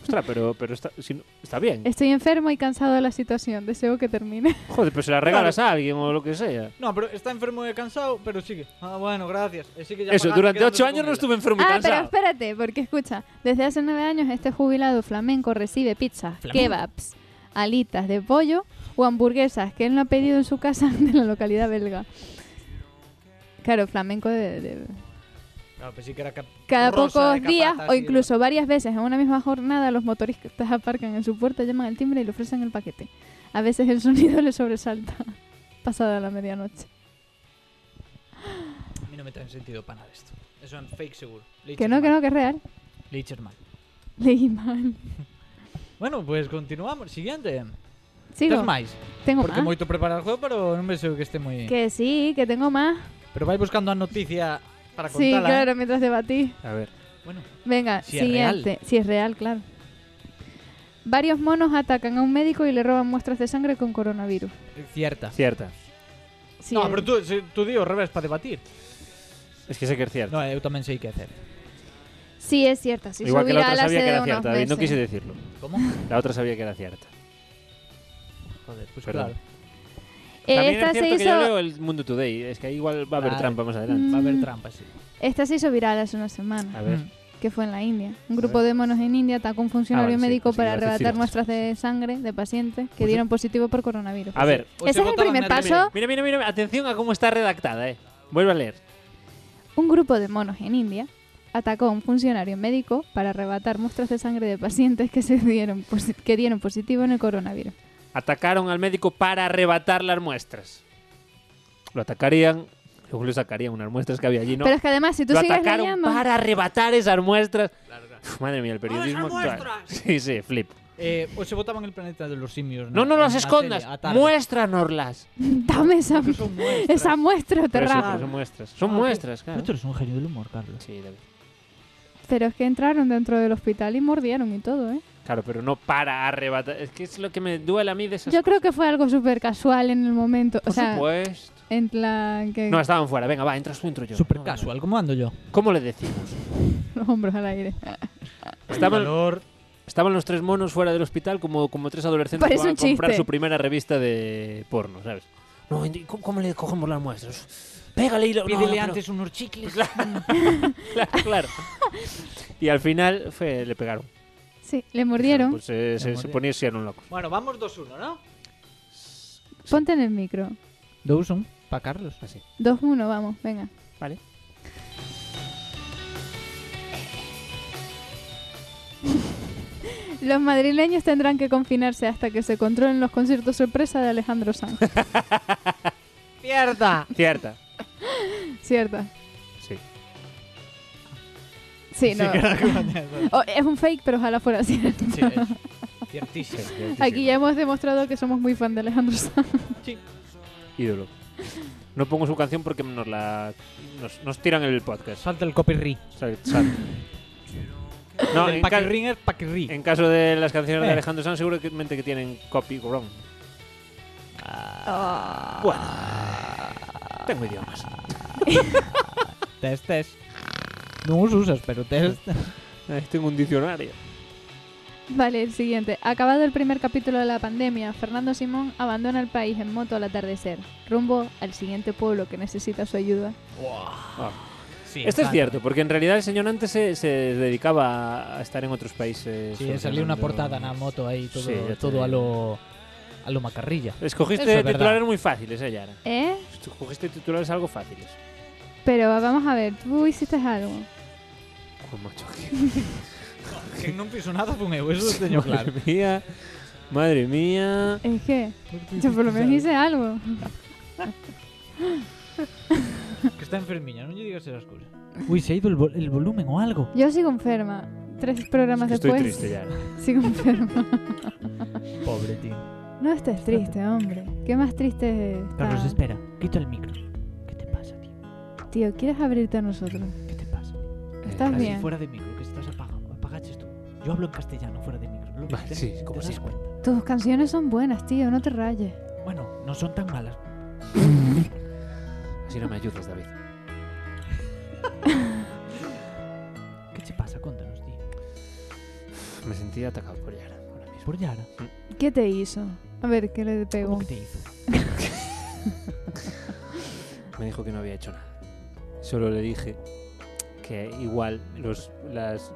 [SPEAKER 4] Ostras, pero, pero está, si no- está bien.
[SPEAKER 5] estoy enfermo y cansado de la situación. Deseo que termine.
[SPEAKER 4] Joder, pero se la regalas a alguien o lo que sea.
[SPEAKER 3] No, pero está enfermo y cansado, pero sigue. Ah, bueno, gracias. Eh, sigue ya
[SPEAKER 4] Eso,
[SPEAKER 3] pagando,
[SPEAKER 4] durante
[SPEAKER 3] quedándose
[SPEAKER 4] ocho
[SPEAKER 3] con
[SPEAKER 4] años no
[SPEAKER 3] él.
[SPEAKER 4] estuve enfermo y
[SPEAKER 5] Ah, pero
[SPEAKER 4] cansado.
[SPEAKER 5] espérate, porque escucha. Desde hace nueve años este jubilado flamenco recibe pizzas,
[SPEAKER 3] Flamenco.
[SPEAKER 5] kebabs, alitas de pollo o hamburguesas que él no ha pedido en su casa de la localidad belga. Claro, flamenco de- de,
[SPEAKER 3] No, pues sí que era cap-
[SPEAKER 5] Cada
[SPEAKER 3] rosa de
[SPEAKER 5] pocos
[SPEAKER 3] capata,
[SPEAKER 5] días o
[SPEAKER 3] así,
[SPEAKER 5] incluso varias veces en una misma jornada los motoristas aparcan en su puerta, llaman al timbre y le ofrecen el paquete. A veces el sonido le sobresalta pasada la medianoche.
[SPEAKER 3] ¿no? A mí no me trae sentido para nada esto. Eso es fake seguro.
[SPEAKER 5] Que no, que no, que es real.
[SPEAKER 3] Licherman.
[SPEAKER 5] Leí mal.
[SPEAKER 3] Bueno, pues continuamos. Siguiente.
[SPEAKER 5] Sigo.
[SPEAKER 3] Tes máis?
[SPEAKER 5] Tengo
[SPEAKER 3] Porque
[SPEAKER 5] más.
[SPEAKER 3] moito preparar o juego, pero non me sei que este moi...
[SPEAKER 5] Que sí, que tengo más.
[SPEAKER 3] Pero vai buscando a noticia para
[SPEAKER 5] Sí,
[SPEAKER 4] ¿eh?
[SPEAKER 3] contala. eh.
[SPEAKER 5] claro, mientras debatí.
[SPEAKER 4] A ver.
[SPEAKER 3] Bueno,
[SPEAKER 5] Venga,
[SPEAKER 3] Si es
[SPEAKER 5] siguiente. si es real, claro. Varios monos atacan a un médico y le roban muestras de sangre con coronavirus.
[SPEAKER 3] cierta.
[SPEAKER 4] Cierta.
[SPEAKER 5] Sí,
[SPEAKER 3] no,
[SPEAKER 5] es-
[SPEAKER 3] pero tú, si, tú di ao revés para debatir.
[SPEAKER 4] Es que sé que es cierta.
[SPEAKER 3] No, eu tamén sei que hacer.
[SPEAKER 5] sí es cierto. Sí,
[SPEAKER 4] Igual que la
[SPEAKER 5] subirá
[SPEAKER 4] otra
[SPEAKER 5] la
[SPEAKER 4] sabía que
[SPEAKER 5] sede
[SPEAKER 4] era
[SPEAKER 5] unos
[SPEAKER 4] cierta, David, no
[SPEAKER 5] meses.
[SPEAKER 4] quise decirlo.
[SPEAKER 3] Como?
[SPEAKER 4] La otra sabía que era cierta.
[SPEAKER 3] Joder, pues
[SPEAKER 4] Perdón.
[SPEAKER 3] claro.
[SPEAKER 5] Eh,
[SPEAKER 4] También
[SPEAKER 5] Esta
[SPEAKER 4] es
[SPEAKER 5] se
[SPEAKER 4] cierto que yo
[SPEAKER 5] hizo
[SPEAKER 4] leo el Mundo Today. Es que ahí igual va a haber
[SPEAKER 3] Vale.
[SPEAKER 4] trampa más adelante.
[SPEAKER 3] Va a haber trampa, sí.
[SPEAKER 5] Esta se hizo viral hace una semana,
[SPEAKER 4] A ver.
[SPEAKER 3] Mm.
[SPEAKER 5] que fue en la India. Un grupo de monos en India atacó a un funcionario
[SPEAKER 4] Ah, vale, sí,
[SPEAKER 5] médico
[SPEAKER 4] pues sí,
[SPEAKER 5] para
[SPEAKER 4] iba a decir
[SPEAKER 5] arrebatar
[SPEAKER 4] eso.
[SPEAKER 5] muestras de sangre de pacientes que
[SPEAKER 4] Pues
[SPEAKER 5] dieron positivo por coronavirus.
[SPEAKER 4] A ver. pues
[SPEAKER 3] O
[SPEAKER 5] Ese
[SPEAKER 3] se
[SPEAKER 5] es el
[SPEAKER 3] votaban
[SPEAKER 5] primer
[SPEAKER 3] en
[SPEAKER 5] paso.
[SPEAKER 3] referéndum.
[SPEAKER 4] Mira, mira, mira. Atención a cómo está redactada, eh. Vuelvo a leer.
[SPEAKER 5] Un grupo de monos en India atacó a un funcionario médico para arrebatar muestras de sangre de pacientes que, se dieron, posi- que dieron positivo en el coronavirus.
[SPEAKER 4] Atacaron al médico para arrebatar las muestras. Lo atacarían, luego le sacarían unas muestras que había allí, ¿no?
[SPEAKER 5] Pero es que además, si tú
[SPEAKER 4] lo
[SPEAKER 5] sigues la
[SPEAKER 4] atacaron
[SPEAKER 5] llama...
[SPEAKER 4] para arrebatar esas muestras. Uf, madre mía, el periodismo actual. Sí, sí, flip.
[SPEAKER 3] Eh, o se votaban el planeta de los simios.
[SPEAKER 4] No nos
[SPEAKER 3] En
[SPEAKER 4] las
[SPEAKER 3] la
[SPEAKER 4] escondas,
[SPEAKER 3] tele, a tarde.
[SPEAKER 4] muéstranoslas.
[SPEAKER 5] Dame esa,
[SPEAKER 3] Porque son muestras.
[SPEAKER 5] esa muestra,
[SPEAKER 4] Pero eso,
[SPEAKER 5] Terra.
[SPEAKER 4] pero son muestras, son
[SPEAKER 3] Ah, ok.
[SPEAKER 4] muestras, claro.
[SPEAKER 3] Pero Tú eres un genio del humor, Carlos.
[SPEAKER 4] Sí, David.
[SPEAKER 5] Pero es que entraron dentro del hospital y mordieron y todo, ¿eh?
[SPEAKER 4] Claro, pero no para arrebatar. Es que es lo que me duele a mí de esas
[SPEAKER 5] Yo creo que fue algo súper casual en el momento. O
[SPEAKER 4] Por
[SPEAKER 5] sea,
[SPEAKER 4] supuesto.
[SPEAKER 5] en plan que
[SPEAKER 4] No, estaban fuera. Venga, va, entras tú, entro yo.
[SPEAKER 3] Super
[SPEAKER 4] No,
[SPEAKER 3] casual, ¿cómo ando yo?
[SPEAKER 4] no. ¿Cómo le decimos?
[SPEAKER 5] los hombros al aire.
[SPEAKER 4] Estaban,
[SPEAKER 3] Valor.
[SPEAKER 4] estaban los tres monos fuera del hospital como, como tres adolescentes
[SPEAKER 5] Parece
[SPEAKER 4] que van
[SPEAKER 5] un
[SPEAKER 4] a comprar
[SPEAKER 5] chiste.
[SPEAKER 4] su primera revista de porno, ¿sabes? No, ¿y ¿cómo, cómo le cogemos las muestras? Pégale y lo... no,
[SPEAKER 3] Pídele
[SPEAKER 4] pero-
[SPEAKER 3] antes unos chicles.
[SPEAKER 4] Claro, claro. Y al final fue- le pegaron.
[SPEAKER 5] Sí, le mordieron.
[SPEAKER 4] Pues eh, se, se
[SPEAKER 3] mordieron.
[SPEAKER 4] ponía si eran locos.
[SPEAKER 3] Bueno, vamos 2-1, ¿no?
[SPEAKER 4] pues,
[SPEAKER 5] Ponte en el micro.
[SPEAKER 3] 2-1 para Carlos.
[SPEAKER 4] Así.
[SPEAKER 5] 2-1, vamos, venga.
[SPEAKER 4] Vale.
[SPEAKER 5] Los madrileños tendrán que confinarse hasta que se controlen los conciertos sorpresa de Alejandro Sanz.
[SPEAKER 3] ¡Pierda!
[SPEAKER 4] Cierta.
[SPEAKER 5] ¿Cierto?
[SPEAKER 4] Sí.
[SPEAKER 5] Sí, no. O- es un fake, pero ojalá fuera cierto.
[SPEAKER 3] Sí, es ciertísimo.
[SPEAKER 5] Aquí ya hemos demostrado que somos muy fan de Alejandro Sanz.
[SPEAKER 4] Ídolo. No pongo su canción porque nos la nos, nos tiran el podcast.
[SPEAKER 3] Salta el copyright.
[SPEAKER 4] Sal- sal. No,
[SPEAKER 3] el
[SPEAKER 4] en, ca-
[SPEAKER 3] paquirrín es paquirrín.
[SPEAKER 4] en caso de las canciones
[SPEAKER 3] Eh.
[SPEAKER 4] de Alejandro Sanz, seguramente que tienen copy wrong. Bueno, tengo idiomas.
[SPEAKER 3] Test, test. No os usas, pero test.
[SPEAKER 4] Eh, Tengo un diccionario.
[SPEAKER 5] Vale, el siguiente. Acabado el primer capítulo de la pandemia, Fernando Simón abandona el país en moto al atardecer, rumbo al siguiente pueblo que necesita su ayuda.
[SPEAKER 3] Sí,
[SPEAKER 4] Esto este es
[SPEAKER 3] claro.
[SPEAKER 4] cierto, porque en realidad el señor antes se, se dedicaba a estar en otros países.
[SPEAKER 3] Sí, salió una
[SPEAKER 4] solucionando-
[SPEAKER 3] portada en la moto ahí, todo,
[SPEAKER 4] Sí, ya te
[SPEAKER 3] todo a
[SPEAKER 4] digo.
[SPEAKER 3] lo. a lo macarrilla. Eso
[SPEAKER 4] Escogiste
[SPEAKER 3] es verdad.
[SPEAKER 4] titulares muy fáciles, eh, Yara.
[SPEAKER 5] ¿Eh?
[SPEAKER 4] Escogiste titulares algo fáciles.
[SPEAKER 5] Pero vamos a ver, tú hiciste algo.
[SPEAKER 4] Joder, macho, qué-
[SPEAKER 3] Que non fixo nada fun eu, eso lo teño claro.
[SPEAKER 4] Madre mía. Madre mía.
[SPEAKER 5] Es que yo por lo menos hice algo.
[SPEAKER 3] Que está enfermiña, non lle digas esas cousas. Ui, se ha ido el, vol- el volumen o algo.
[SPEAKER 5] Yo sigo enferma. Tres programas
[SPEAKER 4] Estoy
[SPEAKER 5] después.
[SPEAKER 4] triste, Yara.
[SPEAKER 5] Sigo enferma.
[SPEAKER 3] Pobre tío.
[SPEAKER 5] No estés triste, hombre. ¿Qué más triste está?
[SPEAKER 3] Carlos, espera, quita el micro. ¿Qué te pasa, tío?
[SPEAKER 5] Tío, ¿quieres abrirte a nosotros?
[SPEAKER 3] ¿Qué te pasa?
[SPEAKER 5] ¿Estás
[SPEAKER 3] Así
[SPEAKER 5] bien?
[SPEAKER 3] fuera de micro, que estás apagado. Apagaches tú. Yo hablo en castellano fuera de micro. ¿Lo
[SPEAKER 4] Vale,
[SPEAKER 3] viste?
[SPEAKER 4] sí,
[SPEAKER 3] ¿Te
[SPEAKER 4] como
[SPEAKER 3] das
[SPEAKER 4] siempre.
[SPEAKER 3] cuenta?
[SPEAKER 5] Tus canciones son buenas, tío, no te rayes.
[SPEAKER 3] Bueno, no son tan malas.
[SPEAKER 4] Así no me ayudas, David.
[SPEAKER 3] ¿Qué te pasa? Contanos, tío.
[SPEAKER 4] Me sentí atacado por Yara ahora mismo.
[SPEAKER 3] Por Yara.
[SPEAKER 5] ¿Qué te hizo? A ver, ¿qué le
[SPEAKER 3] ¿Cómo
[SPEAKER 5] pegó?
[SPEAKER 3] que te hizo?
[SPEAKER 4] Me dijo que no había hecho nada. Solo le dije que igual los, las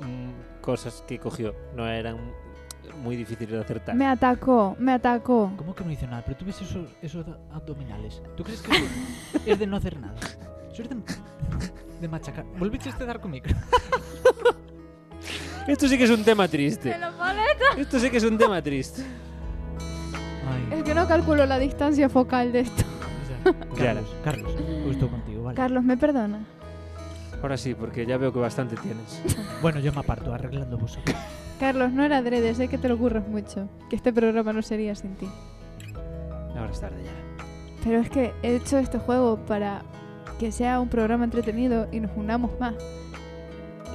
[SPEAKER 4] mm, cosas que cogió no eran muy difíciles de acertar.
[SPEAKER 5] Me atacó, me atacó.
[SPEAKER 3] ¿Cómo que no hizo nada? Pero tú ves esos, esos da- abdominales. ¿Tú crees que eso es de no hacer nada? Eso es de, de machacar. Volviste a dar con micro.
[SPEAKER 4] Esto sí que es un tema triste. Esto sí que es un tema triste.
[SPEAKER 3] Ay,
[SPEAKER 5] Es que no calculo la distancia focal de esto.
[SPEAKER 4] Yara,
[SPEAKER 3] Carlos, Carlos, eu estou contigo, vale.
[SPEAKER 5] Carlos, ¿me perdona?
[SPEAKER 4] ahora sí, porque ya veo que bastante tienes.
[SPEAKER 3] bueno, yo me aparto arreglando buzo.
[SPEAKER 5] Carlos, no era adrede, sé que te lo ocurres mucho. Que este programa no sería sin ti.
[SPEAKER 4] Ahora es tarde, Yara.
[SPEAKER 5] Pero es que he hecho este juego para que sea un programa entretenido y nos unamos más.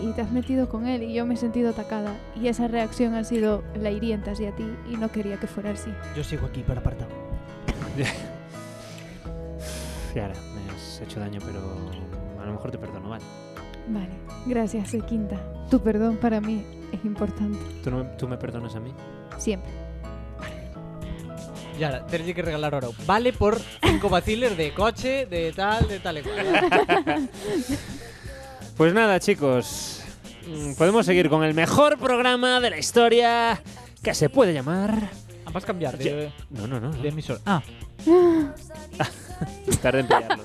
[SPEAKER 5] Y te has metido con él y yo me he sentido atacada. Y esa reacción ha sido la hiriente hacia ti y no quería que fuera así.
[SPEAKER 3] Yo sigo aquí, pero apartado.
[SPEAKER 4] Yara, me has hecho daño, pero a lo mejor te perdono, ¿vale?
[SPEAKER 5] Vale, gracias, eh, Quinta. Tu perdón para mí es importante.
[SPEAKER 4] ¿Tú, no me- tú me perdonas a mí?
[SPEAKER 5] Siempre.
[SPEAKER 3] Y ahora, tenés que regalar oro. Vale por cinco vaciles de coche, de tal, de tal.
[SPEAKER 4] Pues nada, chicos. mm, Podemos seguir con el mejor programa de la historia que se puede llamar.
[SPEAKER 3] Vas a cambiar de,
[SPEAKER 4] No, no, no.
[SPEAKER 3] de emisor. Ah,
[SPEAKER 4] Tarde en pillarlo.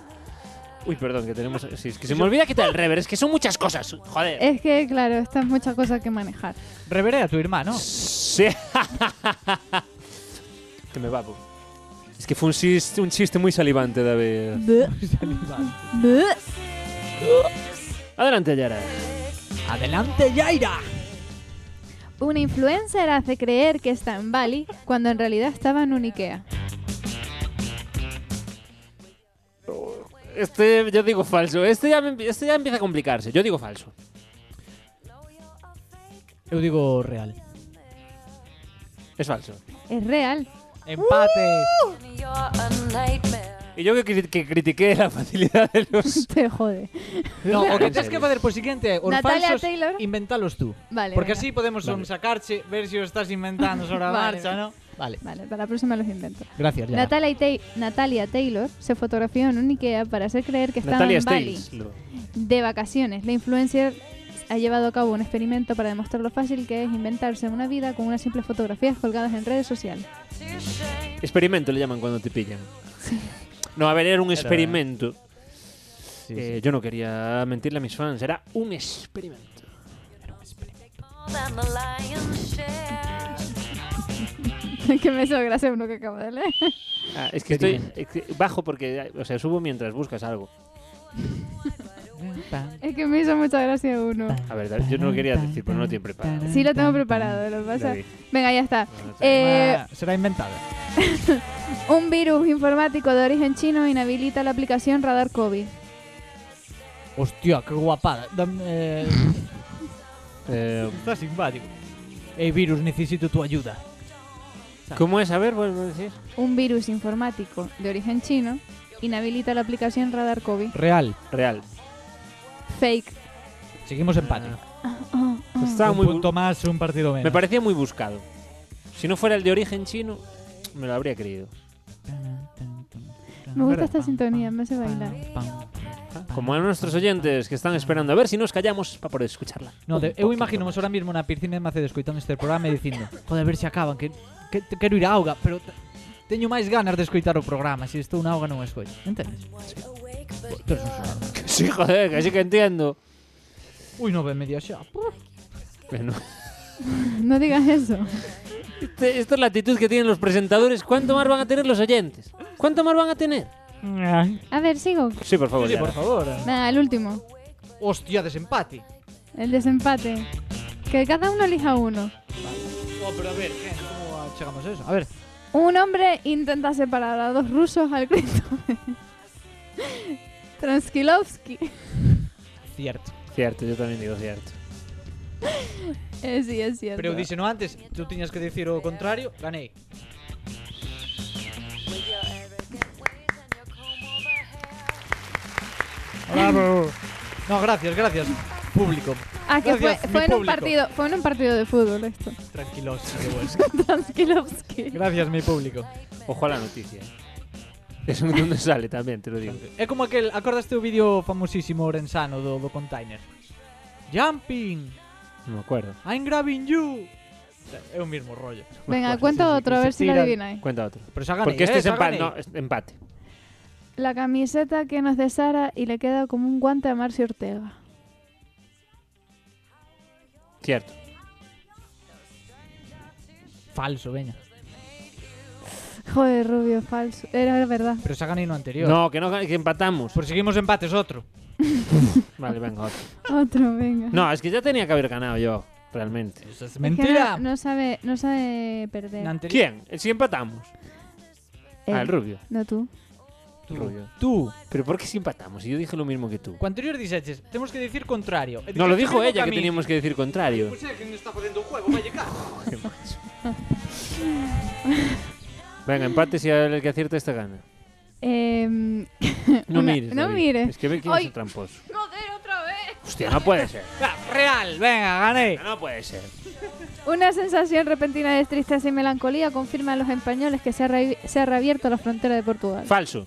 [SPEAKER 4] Uy, perdón, que tenemos. sí, es que se me olvida quitar el rever, es que son muchas cosas. Joder.
[SPEAKER 5] Es que, claro, esta es mucha cosa que manejar.
[SPEAKER 3] Reveré a tu hermano.
[SPEAKER 4] Sí. que me vapo. Es que fue un chiste, un chiste muy salivante, David. Adelante, Yara.
[SPEAKER 3] Adelante, Yaira.
[SPEAKER 5] Una influencer hace creer que está en Bali cuando en realidad estaba en un Ikea.
[SPEAKER 4] Este, yo digo falso. Este ya, me empie- este ya empieza a complicarse. Yo digo falso.
[SPEAKER 3] Yo digo real.
[SPEAKER 4] Es falso.
[SPEAKER 5] Es real.
[SPEAKER 3] Empate.
[SPEAKER 4] Y yo que, cri- que critiqué la facilidad de los.
[SPEAKER 5] Te jode.
[SPEAKER 3] No, o que
[SPEAKER 4] En
[SPEAKER 3] tens que
[SPEAKER 4] serio.
[SPEAKER 3] facer por Pues siguiente, os
[SPEAKER 5] Natalia
[SPEAKER 3] falsos,
[SPEAKER 5] Taylor.
[SPEAKER 3] inventalos tú.
[SPEAKER 5] Vale.
[SPEAKER 3] Porque
[SPEAKER 5] venga.
[SPEAKER 3] así podemos
[SPEAKER 4] Vale.
[SPEAKER 3] vale. sacarche, ver si os estás inventando sobre a
[SPEAKER 5] Vale,
[SPEAKER 3] marcha,
[SPEAKER 5] vale.
[SPEAKER 3] ¿no? Vale.
[SPEAKER 5] Vale, para la próxima los invento.
[SPEAKER 3] Gracias, ya.
[SPEAKER 5] Natalia, Tay- Natalia Taylor se fotografió en un Ikea para hacer creer que estaba
[SPEAKER 4] Natalia
[SPEAKER 5] en Bali
[SPEAKER 4] Stiles. No.
[SPEAKER 5] de vacaciones. La influencer ha llevado a cabo un experimento para demostrar lo fácil que es inventarse una vida con unas simples fotografías colgadas en redes sociales.
[SPEAKER 4] Experimento le llaman cuando te pillan. No, a ver, era un experimento.
[SPEAKER 3] Sí,
[SPEAKER 4] Eh,
[SPEAKER 3] sí.
[SPEAKER 4] Yo no quería mentirle a mis fans. Era un experimento.
[SPEAKER 5] que me hizo gracia uno que acabo de leer.
[SPEAKER 4] Ah, es que estoy es que bajo porque, o sea, subo mientras buscas algo.
[SPEAKER 3] Tan,
[SPEAKER 5] Es que me hizo mucha gracia uno.
[SPEAKER 3] tan,
[SPEAKER 4] A ver, David, yo no lo quería
[SPEAKER 3] tan,
[SPEAKER 4] decir, pero no lo tengo
[SPEAKER 3] tan,
[SPEAKER 4] preparado.
[SPEAKER 3] tan,
[SPEAKER 5] Sí lo tengo
[SPEAKER 3] tan,
[SPEAKER 5] preparado, lo que pasa.
[SPEAKER 4] David,
[SPEAKER 5] Venga, ya está.
[SPEAKER 4] no lo tengo.
[SPEAKER 5] Eh,
[SPEAKER 3] Ah, será inventado.
[SPEAKER 5] un virus informático de origen chino inhabilita la aplicación Radar COVID.
[SPEAKER 3] Hostia, qué guapada. Dame, eh,
[SPEAKER 4] Eh,
[SPEAKER 3] está simpático. Ey, virus, necesito tu ayuda.
[SPEAKER 4] ¿Cómo es? A ver, vuelvo a decir.
[SPEAKER 5] Un virus informático de origen chino inhabilita la aplicación Radar COVID.
[SPEAKER 3] Real.
[SPEAKER 4] Real.
[SPEAKER 5] Fake.
[SPEAKER 3] Seguimos empate.
[SPEAKER 5] Ah, ah.
[SPEAKER 4] Estaba
[SPEAKER 3] un
[SPEAKER 4] muy bu-
[SPEAKER 3] punto más, un partido menos.
[SPEAKER 4] Me parecía muy buscado. Si no fuera el de origen chino, me lo habría creído.
[SPEAKER 5] Me gusta esta sintonía, me hace bailar.
[SPEAKER 4] Como a nuestros oyentes que están esperando a ver si nos callamos para poder escucharla.
[SPEAKER 3] No, de,
[SPEAKER 4] Un
[SPEAKER 3] eu
[SPEAKER 4] poquito
[SPEAKER 3] imagino
[SPEAKER 4] más.
[SPEAKER 3] ahora mismo na piscina de Macedo escoitando este programa e dicindo Joder, a ver se acaban, que, que te- quero ir a auga, pero te- teño máis ganas de escoitar o programa, se estou na auga non o escoito. Entendes? Tú eres un sobrado.
[SPEAKER 4] Sí, joder, que sí que entiendo.
[SPEAKER 3] Ui, nove e media xa. Puh.
[SPEAKER 4] Bueno,
[SPEAKER 5] No digas eso.
[SPEAKER 4] este- esta es la actitud que tienen los presentadores. ¿Cuánto más van a tener los oyentes? ¿Cuánto más van a tener?
[SPEAKER 5] A ver, sigo.
[SPEAKER 4] Sí, por favor.
[SPEAKER 3] Sí, por
[SPEAKER 4] Yara.
[SPEAKER 3] favor.
[SPEAKER 5] Nada, el último.
[SPEAKER 3] Hostia, desempate.
[SPEAKER 5] El desempate. Que cada uno elija uno.
[SPEAKER 3] Oh, pero a ver, que, como chegamos a eso? A ver,
[SPEAKER 5] Un hombre intenta separar a dos rusos al grito de Transkilovsky.
[SPEAKER 3] cierto.
[SPEAKER 4] Cierto, yo también digo cierto.
[SPEAKER 5] Eh, sí, es cierto.
[SPEAKER 3] Pero díseno antes, tú tiñas que dicir o contrario, ganei. Bravo. No, gracias, gracias, público.
[SPEAKER 5] ah, que fue,
[SPEAKER 3] Gracias, mi
[SPEAKER 5] fue en un
[SPEAKER 3] público.
[SPEAKER 5] partido, fue en un partido de fútbol esto.
[SPEAKER 3] Tranquilos,
[SPEAKER 5] Transkilovsky.
[SPEAKER 3] Gracias, mi público.
[SPEAKER 4] Ojo a la noticia. Es un de donde sale también, te lo digo.
[SPEAKER 3] É como aquel, acordaste o vídeo famosísimo orensano do, do container? Jumping,
[SPEAKER 4] No me acuerdo.
[SPEAKER 3] I'm grabbing you. É o mismo rollo.
[SPEAKER 5] Venga,
[SPEAKER 3] Bueno,
[SPEAKER 5] cuento
[SPEAKER 3] sí, sí,
[SPEAKER 5] otro a
[SPEAKER 3] que
[SPEAKER 5] ver
[SPEAKER 3] se
[SPEAKER 5] si lo
[SPEAKER 3] tiran.
[SPEAKER 5] adivináis.
[SPEAKER 4] Cuenta otro.
[SPEAKER 3] Pero xa ganei,
[SPEAKER 4] Porque este
[SPEAKER 3] eh,
[SPEAKER 4] es
[SPEAKER 3] xa
[SPEAKER 4] empate.
[SPEAKER 3] ganei.
[SPEAKER 4] No, es empate.
[SPEAKER 5] La camiseta que nos de Sara y le queda como un guante a Marcio Ortega.
[SPEAKER 4] Cierto.
[SPEAKER 3] Falso, veña.
[SPEAKER 5] Joder, Rubio, falso. Era verdad.
[SPEAKER 3] Pero xa ganei no anterior.
[SPEAKER 4] No, que no que empatamos.
[SPEAKER 3] Proseguimos empates, otro.
[SPEAKER 4] Vale, venga, otro.
[SPEAKER 5] Otro, venga.
[SPEAKER 4] No, es que ya tenía que haber ganado yo, realmente.
[SPEAKER 3] Eso es
[SPEAKER 5] Es que
[SPEAKER 3] mentira.
[SPEAKER 5] No, no sabe, no sabe perder.
[SPEAKER 3] Na anterior-
[SPEAKER 4] ¿Quién? Si empatamos.
[SPEAKER 3] Eh.
[SPEAKER 5] Él.
[SPEAKER 4] Ah, el rubio.
[SPEAKER 5] No tú.
[SPEAKER 3] Tú.
[SPEAKER 4] Rubio.
[SPEAKER 3] Tú.
[SPEAKER 4] ¿Pero por qué si empatamos? Si yo dije lo mismo que tú.
[SPEAKER 3] Co anterior dixeches, temos que decir contrario. E
[SPEAKER 4] No, lo
[SPEAKER 3] dixeches,
[SPEAKER 4] dijo
[SPEAKER 3] "Digo
[SPEAKER 4] ella
[SPEAKER 3] a
[SPEAKER 4] que
[SPEAKER 3] min".
[SPEAKER 4] teníamos que decir contrario.
[SPEAKER 3] Pois é Pues que me está facendo o juego, vai llegar.
[SPEAKER 4] Venga, empate si el que acierta esta gana.
[SPEAKER 5] Em,
[SPEAKER 4] No
[SPEAKER 5] Una-
[SPEAKER 4] mires.
[SPEAKER 5] no
[SPEAKER 4] David.
[SPEAKER 5] mires.
[SPEAKER 4] Es que ve quién es
[SPEAKER 5] Ay.
[SPEAKER 4] el tramposo.
[SPEAKER 5] ¡Joder, otra vez!
[SPEAKER 4] Hostia, no puede ser.
[SPEAKER 3] Ah, Real, venga, gané.
[SPEAKER 4] No puede ser.
[SPEAKER 5] Una sensación repentina de tristeza y melancolía confirma a los españoles que se ha, re- se ha reabierto la frontera de Portugal.
[SPEAKER 4] Falso.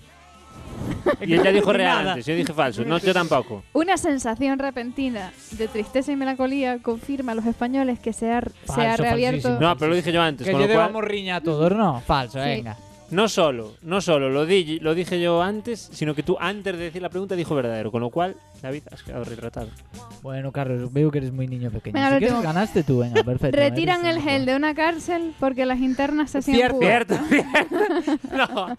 [SPEAKER 4] Y ella dijo real
[SPEAKER 3] Nada.
[SPEAKER 4] antes, yo dije falso. No, yo tampoco.
[SPEAKER 5] Una sensación repentina de tristeza y melancolía confirma a los españoles que se ha, se ha
[SPEAKER 3] Falso,
[SPEAKER 5] reabierto.
[SPEAKER 3] falsísimo.
[SPEAKER 4] No, pero lo dije yo antes,
[SPEAKER 3] Que
[SPEAKER 4] con lo
[SPEAKER 3] lle
[SPEAKER 4] cual...
[SPEAKER 3] debamos riña a todos, no, falso,
[SPEAKER 5] Sí.
[SPEAKER 3] venga.
[SPEAKER 4] No solo, no solo, lo, di- lo dije yo antes, sino que tú antes de decir la pregunta dijo verdadero, con lo cual, David, has quedado retratado.
[SPEAKER 3] Bueno, Carlos, veo que eres muy niño pequeño.
[SPEAKER 5] Venga,
[SPEAKER 3] si
[SPEAKER 5] lo
[SPEAKER 3] quieres,
[SPEAKER 5] último.
[SPEAKER 3] ganaste tú, venga, perfecto.
[SPEAKER 5] Retiran
[SPEAKER 3] eres
[SPEAKER 5] el
[SPEAKER 3] un-
[SPEAKER 5] gel de una cárcel porque las internas se hacían
[SPEAKER 4] Cierto,
[SPEAKER 5] púas.
[SPEAKER 4] cierto, cierto. No,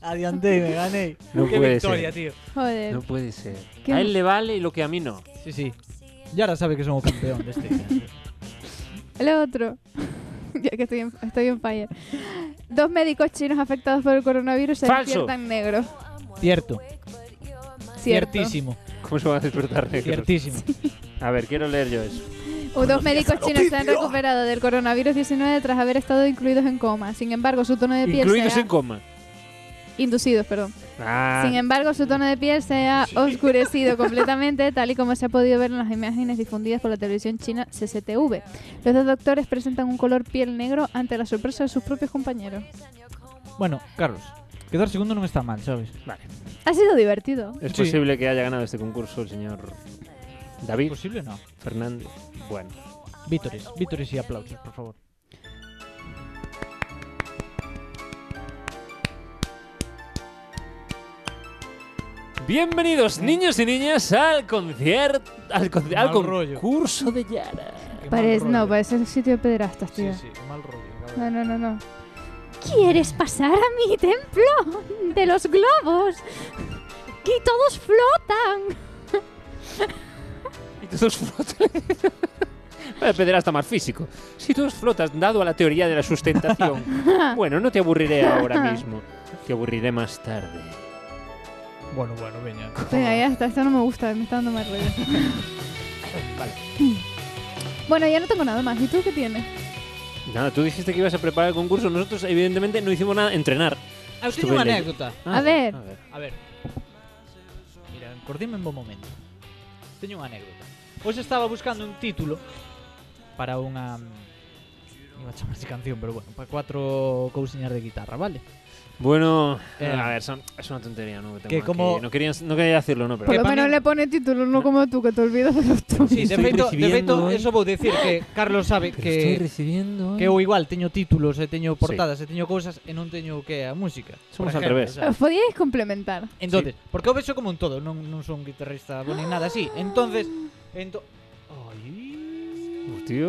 [SPEAKER 3] Adiante, me gané.
[SPEAKER 4] No
[SPEAKER 3] Qué
[SPEAKER 4] puede
[SPEAKER 3] victoria,
[SPEAKER 4] ser.
[SPEAKER 3] tío.
[SPEAKER 5] Joder.
[SPEAKER 4] no puede ser.
[SPEAKER 5] ¿Qué?
[SPEAKER 4] A él le vale y lo que a mí no.
[SPEAKER 3] Sí, sí. Y ahora sabe que somos campeón de este.
[SPEAKER 5] El otro. ya que estoy en, estoy en fire. Dos médicos chinos afectados por el coronavirus se
[SPEAKER 4] Falso.
[SPEAKER 5] despiertan negros.
[SPEAKER 3] Cierto.
[SPEAKER 5] Cierto.
[SPEAKER 3] Ciertísimo.
[SPEAKER 4] ¿Cómo se van a despertar negros?
[SPEAKER 3] Ciertísimo.
[SPEAKER 4] A ver, quiero leer yo eso.
[SPEAKER 5] O dos médicos chinos se han recuperado del coronavirus 19 tras haber estado incluidos en coma. Sin embargo, su tono de piel
[SPEAKER 4] Incluidos
[SPEAKER 5] se ha...
[SPEAKER 4] en coma.
[SPEAKER 5] inducidos, perdón.
[SPEAKER 4] Ah,
[SPEAKER 5] ¿eh? Sin em- embargo, su tono de piel se ha oscurecido completamente, tal y como se ha podido ver en las imágenes difundidas por la televisión china CCTV. Los dos doctores presentan un color piel negro ante la sorpresa de sus propios compañeros.
[SPEAKER 3] Bueno, Carlos, quedar segundo no está mal, ¿sabes?
[SPEAKER 4] vale.
[SPEAKER 5] Ha sido divertido.
[SPEAKER 4] Es
[SPEAKER 3] Sí.
[SPEAKER 4] posible que haya ganado este concurso el señor David
[SPEAKER 3] Posible no.
[SPEAKER 4] Fernández. Bueno.
[SPEAKER 3] Vítores, vítores y aplausos, por favor.
[SPEAKER 4] Bienvenidos niños y niñas al concierto, al, conci-
[SPEAKER 3] Mal
[SPEAKER 4] al
[SPEAKER 3] rollo.
[SPEAKER 4] concurso de Yara.
[SPEAKER 5] Parece, no, parece el sitio de pedrastas, tío.
[SPEAKER 3] mal rollo.
[SPEAKER 5] No, no, no, no. ¿Quieres pasar a mi templo de los globos? ¡Que todos flotan!
[SPEAKER 4] Y todos flotan. Vaya pederasta más físico. Si todos flotas, dado a la teoría de la sustentación. bueno, no te aburriré ahora mismo. Te aburriré más tarde.
[SPEAKER 3] Bueno, bueno, venga.
[SPEAKER 5] Venga, ya está, esto no me gusta, me está dando más ruido.
[SPEAKER 4] Vale.
[SPEAKER 5] Bueno, ya no tengo nada más. ¿Y tú qué tienes?
[SPEAKER 4] Nada, tú dijiste que ibas a preparar el concurso. Nosotros, evidentemente, no hicimos nada. Entrenar.
[SPEAKER 3] Ah, os
[SPEAKER 4] Estuve
[SPEAKER 3] teño unha
[SPEAKER 4] leyendo.
[SPEAKER 3] anécdota.
[SPEAKER 5] A ver.
[SPEAKER 4] A ver.
[SPEAKER 3] A ver. Mira, encordíme en bo momento. Teño unha anécdota. Hoxe estaba buscando un título para unha mm, iba a chamarse canción, pero bueno, para cuatro cousiñas de guitarra, vale?
[SPEAKER 4] Bueno,
[SPEAKER 3] Eh,
[SPEAKER 4] a ver, son- es una tontería, ¿no? Que
[SPEAKER 3] que como-
[SPEAKER 4] No, quería, no quería decirlo, ¿no? Pero
[SPEAKER 5] Por lo
[SPEAKER 3] Epa,
[SPEAKER 5] menos
[SPEAKER 3] no.
[SPEAKER 5] le pone título, no como tú, que te olvidas de los tuyos.
[SPEAKER 3] Sí, de
[SPEAKER 4] estoy
[SPEAKER 3] feito, de
[SPEAKER 4] recibiendo
[SPEAKER 3] feito,
[SPEAKER 4] hoy-
[SPEAKER 3] eso vou decir que Carlos sabe
[SPEAKER 4] pero estoy
[SPEAKER 3] que
[SPEAKER 4] recibiendo.
[SPEAKER 3] que eu igual teño títulos, e teño portadas, e teño cousas e non teño o que é a música. por
[SPEAKER 4] Somos al
[SPEAKER 3] exemplo,
[SPEAKER 4] revés.
[SPEAKER 3] sabes?
[SPEAKER 5] Os podíais complementar.
[SPEAKER 3] Entonces, porque eu vexo como un todo, non, non son guitarrista bo ni nada así. Entonces, ento...
[SPEAKER 4] Hostia.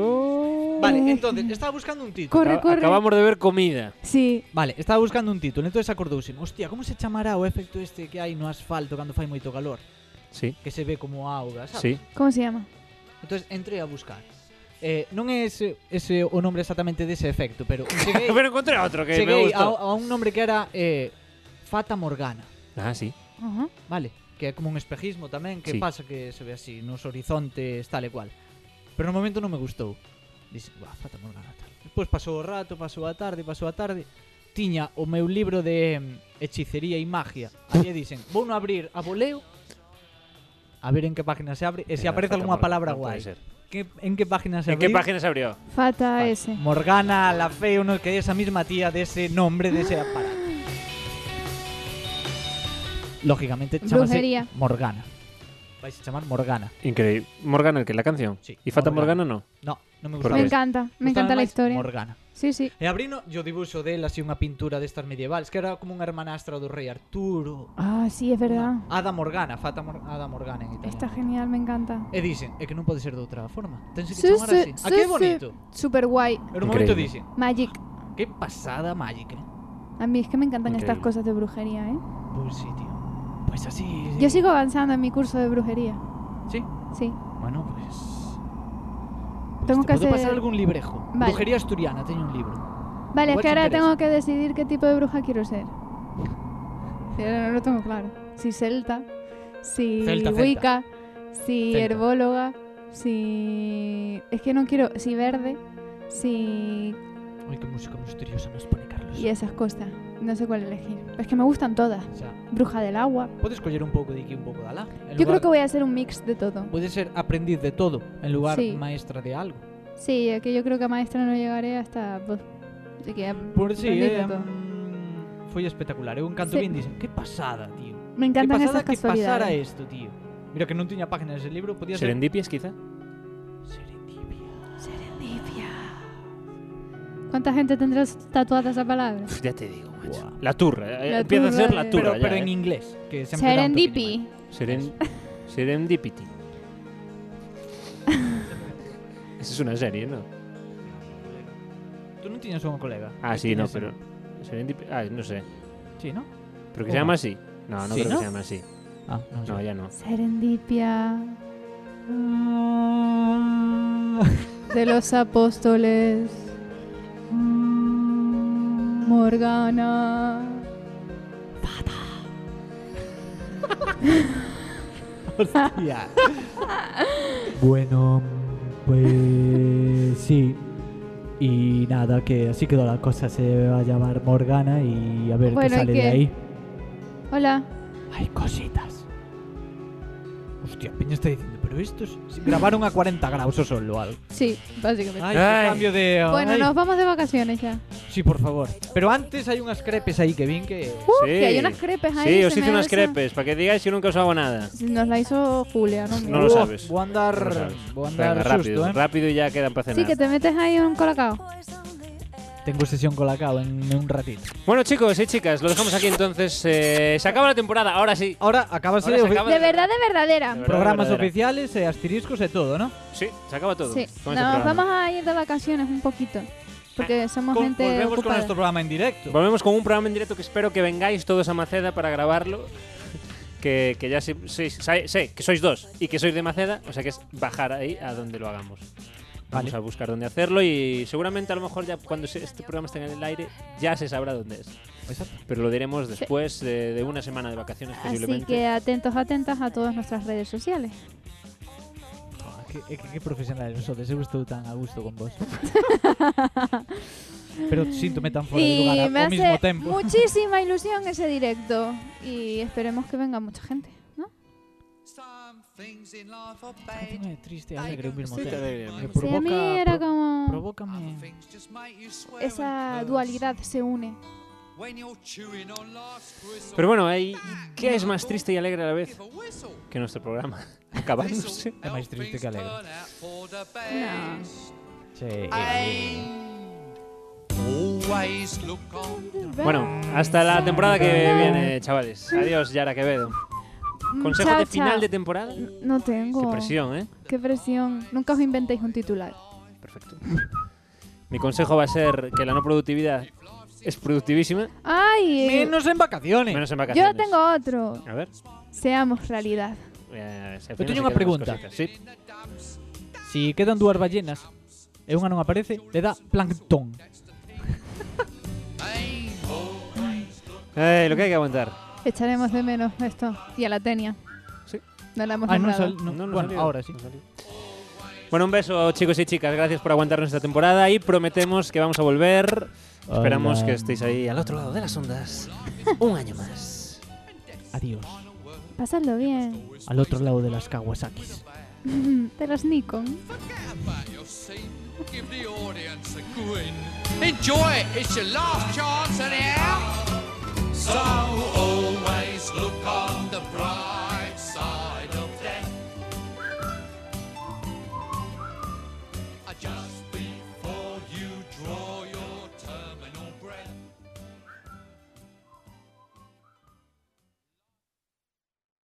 [SPEAKER 3] Vale, entonces, estaba buscando un título.
[SPEAKER 5] Mm. Corre,
[SPEAKER 4] Acab-
[SPEAKER 5] corre.
[SPEAKER 4] Acabamos de ver comida.
[SPEAKER 5] Sí,
[SPEAKER 3] Vale, estaba buscando un título, entonces acordouseme. Hostia, como se chamará o efecto este que hai no asfalto cando fai moito calor?
[SPEAKER 4] Sí,
[SPEAKER 3] Que se ve como auga, sabes?
[SPEAKER 4] sí.
[SPEAKER 5] ¿cómo se llama?
[SPEAKER 3] Entonces entrei a buscar. Eh, non é ese, ese o nombre exactamente dese efecto, pero cheguei,
[SPEAKER 4] Pero encontré otro que me
[SPEAKER 3] cheguei a,
[SPEAKER 4] gustó.
[SPEAKER 3] a un nombre que era eh, Fata Morgana,
[SPEAKER 4] Ah, sí.
[SPEAKER 5] Ajá.
[SPEAKER 3] vale? Que é como un espejismo tamén, que
[SPEAKER 4] Sí.
[SPEAKER 3] pasa que se ve así nos horizontes tal e cual. Pero no momento non me gustou. Dixe, "Buah, Fata Morgana tal". Despois pasou o rato, pasou a tarde, pasou a tarde. tiña o meu libro de mm, hechicería e magia. Aí dicen, vou no abrir a voleo a ver en que página se abre e se
[SPEAKER 4] Era
[SPEAKER 3] aparece
[SPEAKER 4] Fata
[SPEAKER 3] alguna
[SPEAKER 4] Morgana,
[SPEAKER 3] palabra
[SPEAKER 4] no puede
[SPEAKER 3] guai.
[SPEAKER 4] ser.
[SPEAKER 3] Que, en que página se
[SPEAKER 4] ¿En qué
[SPEAKER 3] abriu?
[SPEAKER 4] página se abrió?
[SPEAKER 5] Fata
[SPEAKER 3] Vale.
[SPEAKER 5] ese.
[SPEAKER 3] Morgana, la fe, uno que é esa misma tía de ese nombre, de
[SPEAKER 5] Ah.
[SPEAKER 3] ese aparato. Lógicamente, chamase
[SPEAKER 5] Brujería.
[SPEAKER 3] Morgana. Vais a chamar Morgana.
[SPEAKER 4] Increíble. Morgana, el que la canción.
[SPEAKER 3] Sí,
[SPEAKER 4] ¿Y Fata
[SPEAKER 3] Morgana.
[SPEAKER 4] Morgana no?
[SPEAKER 3] No, non me
[SPEAKER 4] Por
[SPEAKER 3] gusta.
[SPEAKER 5] Me
[SPEAKER 4] qué?
[SPEAKER 5] encanta, me encanta la historia.
[SPEAKER 3] Morgana.
[SPEAKER 5] Sí, sí.
[SPEAKER 3] E abrino yo dibuixo dela así unha pintura destas medievales, que era como unha hermanastra do rei Arturo.
[SPEAKER 5] Ah, sí, es verdad.
[SPEAKER 3] Ada Morgana, Fata Mor Ada Morgana en italiano.
[SPEAKER 5] Está genial, me encanta.
[SPEAKER 3] E dicen, é que non pode ser de outra forma. Tense que
[SPEAKER 5] Sí,
[SPEAKER 3] chamar
[SPEAKER 5] sí,
[SPEAKER 3] así. A que
[SPEAKER 5] sí,
[SPEAKER 3] bonito.
[SPEAKER 5] Super guay.
[SPEAKER 3] Pero un momento dicen,
[SPEAKER 4] Increíble.
[SPEAKER 5] Magic.
[SPEAKER 3] que pasada mágica.
[SPEAKER 5] A mí es que me encantan estas
[SPEAKER 4] Increíble.
[SPEAKER 5] cosas de brujería, ¿eh?
[SPEAKER 3] Pois Pues sí, tío. Pois así...
[SPEAKER 5] Yo sigo avanzando en mi curso de brujería.
[SPEAKER 3] Sí.
[SPEAKER 5] Sí.
[SPEAKER 3] Bueno, pues... pues
[SPEAKER 5] Tengo
[SPEAKER 3] te
[SPEAKER 5] que
[SPEAKER 3] puedo
[SPEAKER 5] hacer-
[SPEAKER 3] pasar algún librejo.
[SPEAKER 5] Vale.
[SPEAKER 3] Brujería asturiana, teño un libro.
[SPEAKER 5] Vale, es
[SPEAKER 3] Igual
[SPEAKER 5] que
[SPEAKER 3] te
[SPEAKER 5] ahora
[SPEAKER 3] interesa.
[SPEAKER 5] tengo que decidir qué tipo de bruja quiero ser. Y ahora no lo tengo claro. Si celta, si
[SPEAKER 3] Celta, celta.
[SPEAKER 5] wicca, si
[SPEAKER 3] Celta.
[SPEAKER 5] herbóloga, si... Es que no quiero... Si verde, si...
[SPEAKER 3] Uy, qué música misteriosa nos pone Carlos.
[SPEAKER 5] Y esas cosas. No sé cuál elegir. Es que me gustan todas.
[SPEAKER 3] O sea,
[SPEAKER 5] Bruja del agua.
[SPEAKER 3] podes coller un pouco de aquí, un pouco de alá.
[SPEAKER 5] Yo creo que voy a hacer un mix de todo.
[SPEAKER 3] Puede ser aprendiz de todo, en lugar
[SPEAKER 5] Sí.
[SPEAKER 3] maestra de algo.
[SPEAKER 5] Sí, es que yo creo que a maestra no llegaré hasta... pues, Así que
[SPEAKER 3] Por si,
[SPEAKER 5] aprendiz de
[SPEAKER 3] eh,
[SPEAKER 5] todo.
[SPEAKER 3] mm, foi espectacular. Eu encanto
[SPEAKER 5] Sí.
[SPEAKER 3] bien dicen, que pasada, tío. Que
[SPEAKER 5] Me encantan
[SPEAKER 3] pasada
[SPEAKER 5] esas
[SPEAKER 3] que pasara
[SPEAKER 5] casualidades.
[SPEAKER 3] esto, tío. Mira que non tiña páginas ese libro, podía ser...
[SPEAKER 4] ¿Serendipias, quizá?
[SPEAKER 3] Serendipia.
[SPEAKER 5] Serendipia. ¿Cuántas
[SPEAKER 7] ¿Cuánta gente tendrá tatuada esa palabra?
[SPEAKER 4] Pf, ya te digo, macho.
[SPEAKER 3] Guau.
[SPEAKER 4] La turra. eh,
[SPEAKER 5] La
[SPEAKER 4] empieza a ser
[SPEAKER 5] turra
[SPEAKER 4] la
[SPEAKER 5] de-
[SPEAKER 4] turra.
[SPEAKER 3] Pero,
[SPEAKER 4] ya,
[SPEAKER 3] pero
[SPEAKER 4] eh.
[SPEAKER 3] en inglés. Que se han pegado un toquillo
[SPEAKER 5] Serendipity.
[SPEAKER 4] Seren- Serendipity. Esa es una serie, ¿no?
[SPEAKER 3] más. Tú no tienes un colega.
[SPEAKER 4] Ah,
[SPEAKER 3] que
[SPEAKER 4] sí, no,
[SPEAKER 3] tienes-
[SPEAKER 4] pero. Serendip... Ah, no sé.
[SPEAKER 3] Sí, ¿no?
[SPEAKER 4] ¿Pero
[SPEAKER 3] ¿Cómo?
[SPEAKER 4] que se llama así? No, no
[SPEAKER 3] Sí, ¿no?
[SPEAKER 4] creo que se llame así.
[SPEAKER 3] Ah, no, sé.
[SPEAKER 4] No, ya no.
[SPEAKER 5] Serendipia
[SPEAKER 3] Ah,
[SPEAKER 5] de los apóstoles. Mm, Morgana.
[SPEAKER 3] hostia. bueno, pues sí. Y nada, que así quedó la cosa. Se va a llamar Morgana y a ver
[SPEAKER 5] Bueno, ¿y
[SPEAKER 3] qué sale
[SPEAKER 5] qué?
[SPEAKER 3] de ahí.
[SPEAKER 5] Hola.
[SPEAKER 3] Hay cositas. Hostia, Peña está diciendo, pero estos se grabaron a 40 grados o sol o algo.
[SPEAKER 5] Sí, básicamente.
[SPEAKER 3] Ay, qué
[SPEAKER 4] Ay.
[SPEAKER 3] cambio de.
[SPEAKER 5] Pues Bueno,
[SPEAKER 3] ay.
[SPEAKER 5] nos vamos de vacaciones ya.
[SPEAKER 3] Sí, por favor. Pero antes hay unas crepes ahí que bien que.
[SPEAKER 5] Uh,
[SPEAKER 4] Sí.
[SPEAKER 5] que hay unas crepes ahí.
[SPEAKER 4] Sí,
[SPEAKER 5] se
[SPEAKER 4] os
[SPEAKER 5] me
[SPEAKER 4] hice unas
[SPEAKER 5] hace-
[SPEAKER 4] crepes, para que digáis que nunca os hago nada.
[SPEAKER 5] Nos la hizo Julia, ¿no?
[SPEAKER 4] No lo
[SPEAKER 3] Uh,
[SPEAKER 4] sabes.
[SPEAKER 3] Voy a andar.
[SPEAKER 4] No lo sabes.
[SPEAKER 3] voy a andar
[SPEAKER 4] Venga,
[SPEAKER 3] susto,
[SPEAKER 4] rápido,
[SPEAKER 3] ¿eh?
[SPEAKER 4] rápido y ya quedan para
[SPEAKER 5] Sí,
[SPEAKER 4] cenar.
[SPEAKER 5] que te metes ahí un colacao.
[SPEAKER 3] Tengo sesión con la cao en un ratito.
[SPEAKER 4] Bueno, chicos y chicas, lo dejamos aquí entonces. Eh, se acaba la temporada, ahora sí.
[SPEAKER 3] Ahora acabas
[SPEAKER 4] Ahora
[SPEAKER 3] Ah, de.
[SPEAKER 4] se acaba
[SPEAKER 5] De verdad, de verdadera.
[SPEAKER 4] De verdad,
[SPEAKER 3] Programas
[SPEAKER 4] verdadera.
[SPEAKER 3] oficiales, eh, asteriscos y todo, ¿no?
[SPEAKER 4] Sí, se acaba todo.
[SPEAKER 5] Sí,
[SPEAKER 4] Con este
[SPEAKER 5] nos
[SPEAKER 4] programa.
[SPEAKER 5] vamos a ir de vacaciones un poquito. Porque somos
[SPEAKER 3] Con-
[SPEAKER 5] gente
[SPEAKER 3] volvemos con
[SPEAKER 5] ocupada.
[SPEAKER 3] nuestro programa en directo.
[SPEAKER 4] Volvemos con un programa en directo que espero que vengáis todos a Maceda para grabarlo. Que, que ya sé, sé- sé- sé que sois dos y que sois de Maceda, o sea que es bajar ahí a donde lo hagamos. Vamos
[SPEAKER 3] Vale.
[SPEAKER 4] a buscar dónde hacerlo y seguramente a lo mejor ya cuando se- este programa esté en el aire ya se sabrá dónde es.
[SPEAKER 3] Exacto.
[SPEAKER 4] Pero lo diremos después eh, de una semana de vacaciones
[SPEAKER 5] Así
[SPEAKER 4] posiblemente.
[SPEAKER 5] que atentos, atentas a todas nuestras redes sociales.
[SPEAKER 3] Ah, qué, eh, qué- qué profesionales nosotros. He estado tan a gusto con vos. pero síntome tan fuera de lugar
[SPEAKER 5] Y
[SPEAKER 3] al
[SPEAKER 5] me
[SPEAKER 3] mismo
[SPEAKER 5] hace
[SPEAKER 3] tiempo.
[SPEAKER 5] muchísima ilusión ese directo. Y esperemos que venga mucha gente, ¿no?
[SPEAKER 3] Sácame de triste, alegre al mismo
[SPEAKER 4] Sí, te
[SPEAKER 3] tiempo.
[SPEAKER 4] alegre,
[SPEAKER 3] Me
[SPEAKER 4] ¿no?
[SPEAKER 5] Sí, a mí
[SPEAKER 3] provoca-
[SPEAKER 5] era
[SPEAKER 3] pro-
[SPEAKER 5] como...
[SPEAKER 3] Provócame.
[SPEAKER 5] Esa dualidad se une.
[SPEAKER 4] Pero bueno, ahí, ¿qué es más triste y alegre a la vez que nuestro programa acabándose?
[SPEAKER 3] Es más triste que alegre.
[SPEAKER 5] No.
[SPEAKER 3] Sí.
[SPEAKER 8] Always look on
[SPEAKER 4] Bueno, hasta la temporada que viene, chavales. Adiós, Yara Quevedo.
[SPEAKER 5] Mm,
[SPEAKER 4] Consejo
[SPEAKER 5] chao,
[SPEAKER 4] de final
[SPEAKER 5] chao.
[SPEAKER 4] de temporada. Qué
[SPEAKER 5] No tengo.
[SPEAKER 4] presión, ¿eh?
[SPEAKER 5] Qué presión. Nunca os inventéis un titular.
[SPEAKER 4] Perfecto. Mi consejo va a ser que la no productividad es productivísima,
[SPEAKER 5] ¡Ay!
[SPEAKER 3] Menos en vacaciones.
[SPEAKER 4] menos en
[SPEAKER 5] Yo
[SPEAKER 4] vacaciones.
[SPEAKER 5] tengo otro.
[SPEAKER 4] A ver.
[SPEAKER 5] Seamos realidad.
[SPEAKER 4] eh, si al
[SPEAKER 3] Yo
[SPEAKER 4] final
[SPEAKER 3] teño
[SPEAKER 4] se
[SPEAKER 3] unha
[SPEAKER 4] quedan
[SPEAKER 3] pregunta.
[SPEAKER 4] as cositas. Sí.
[SPEAKER 3] Si quedan dúas ballenas e unha non aparece, le dá planctón.
[SPEAKER 4] Ay, Eh, lo que hay que aguantar.
[SPEAKER 5] Echaremos de menos esto. Y a la tenia.
[SPEAKER 4] Sí.
[SPEAKER 5] No la hemos
[SPEAKER 3] Ah, non
[SPEAKER 5] nombrado.
[SPEAKER 3] sal, non,
[SPEAKER 4] No, no
[SPEAKER 3] bueno,
[SPEAKER 4] salió,
[SPEAKER 3] ahora sí.
[SPEAKER 4] no salió. Bueno, un beso, chicos y chicas. Gracias por aguantarnos esta temporada y prometemos que vamos a volver. Esperamos
[SPEAKER 3] Hola.
[SPEAKER 4] que estéis ahí al otro lado de las ondas un año más.
[SPEAKER 3] Adiós.
[SPEAKER 5] Pasadlo bien.
[SPEAKER 3] Al otro lado de las Kawasakis.
[SPEAKER 5] De los Nikon.
[SPEAKER 8] about your seat. Give the audience a grin. Enjoy it. It's your last chance.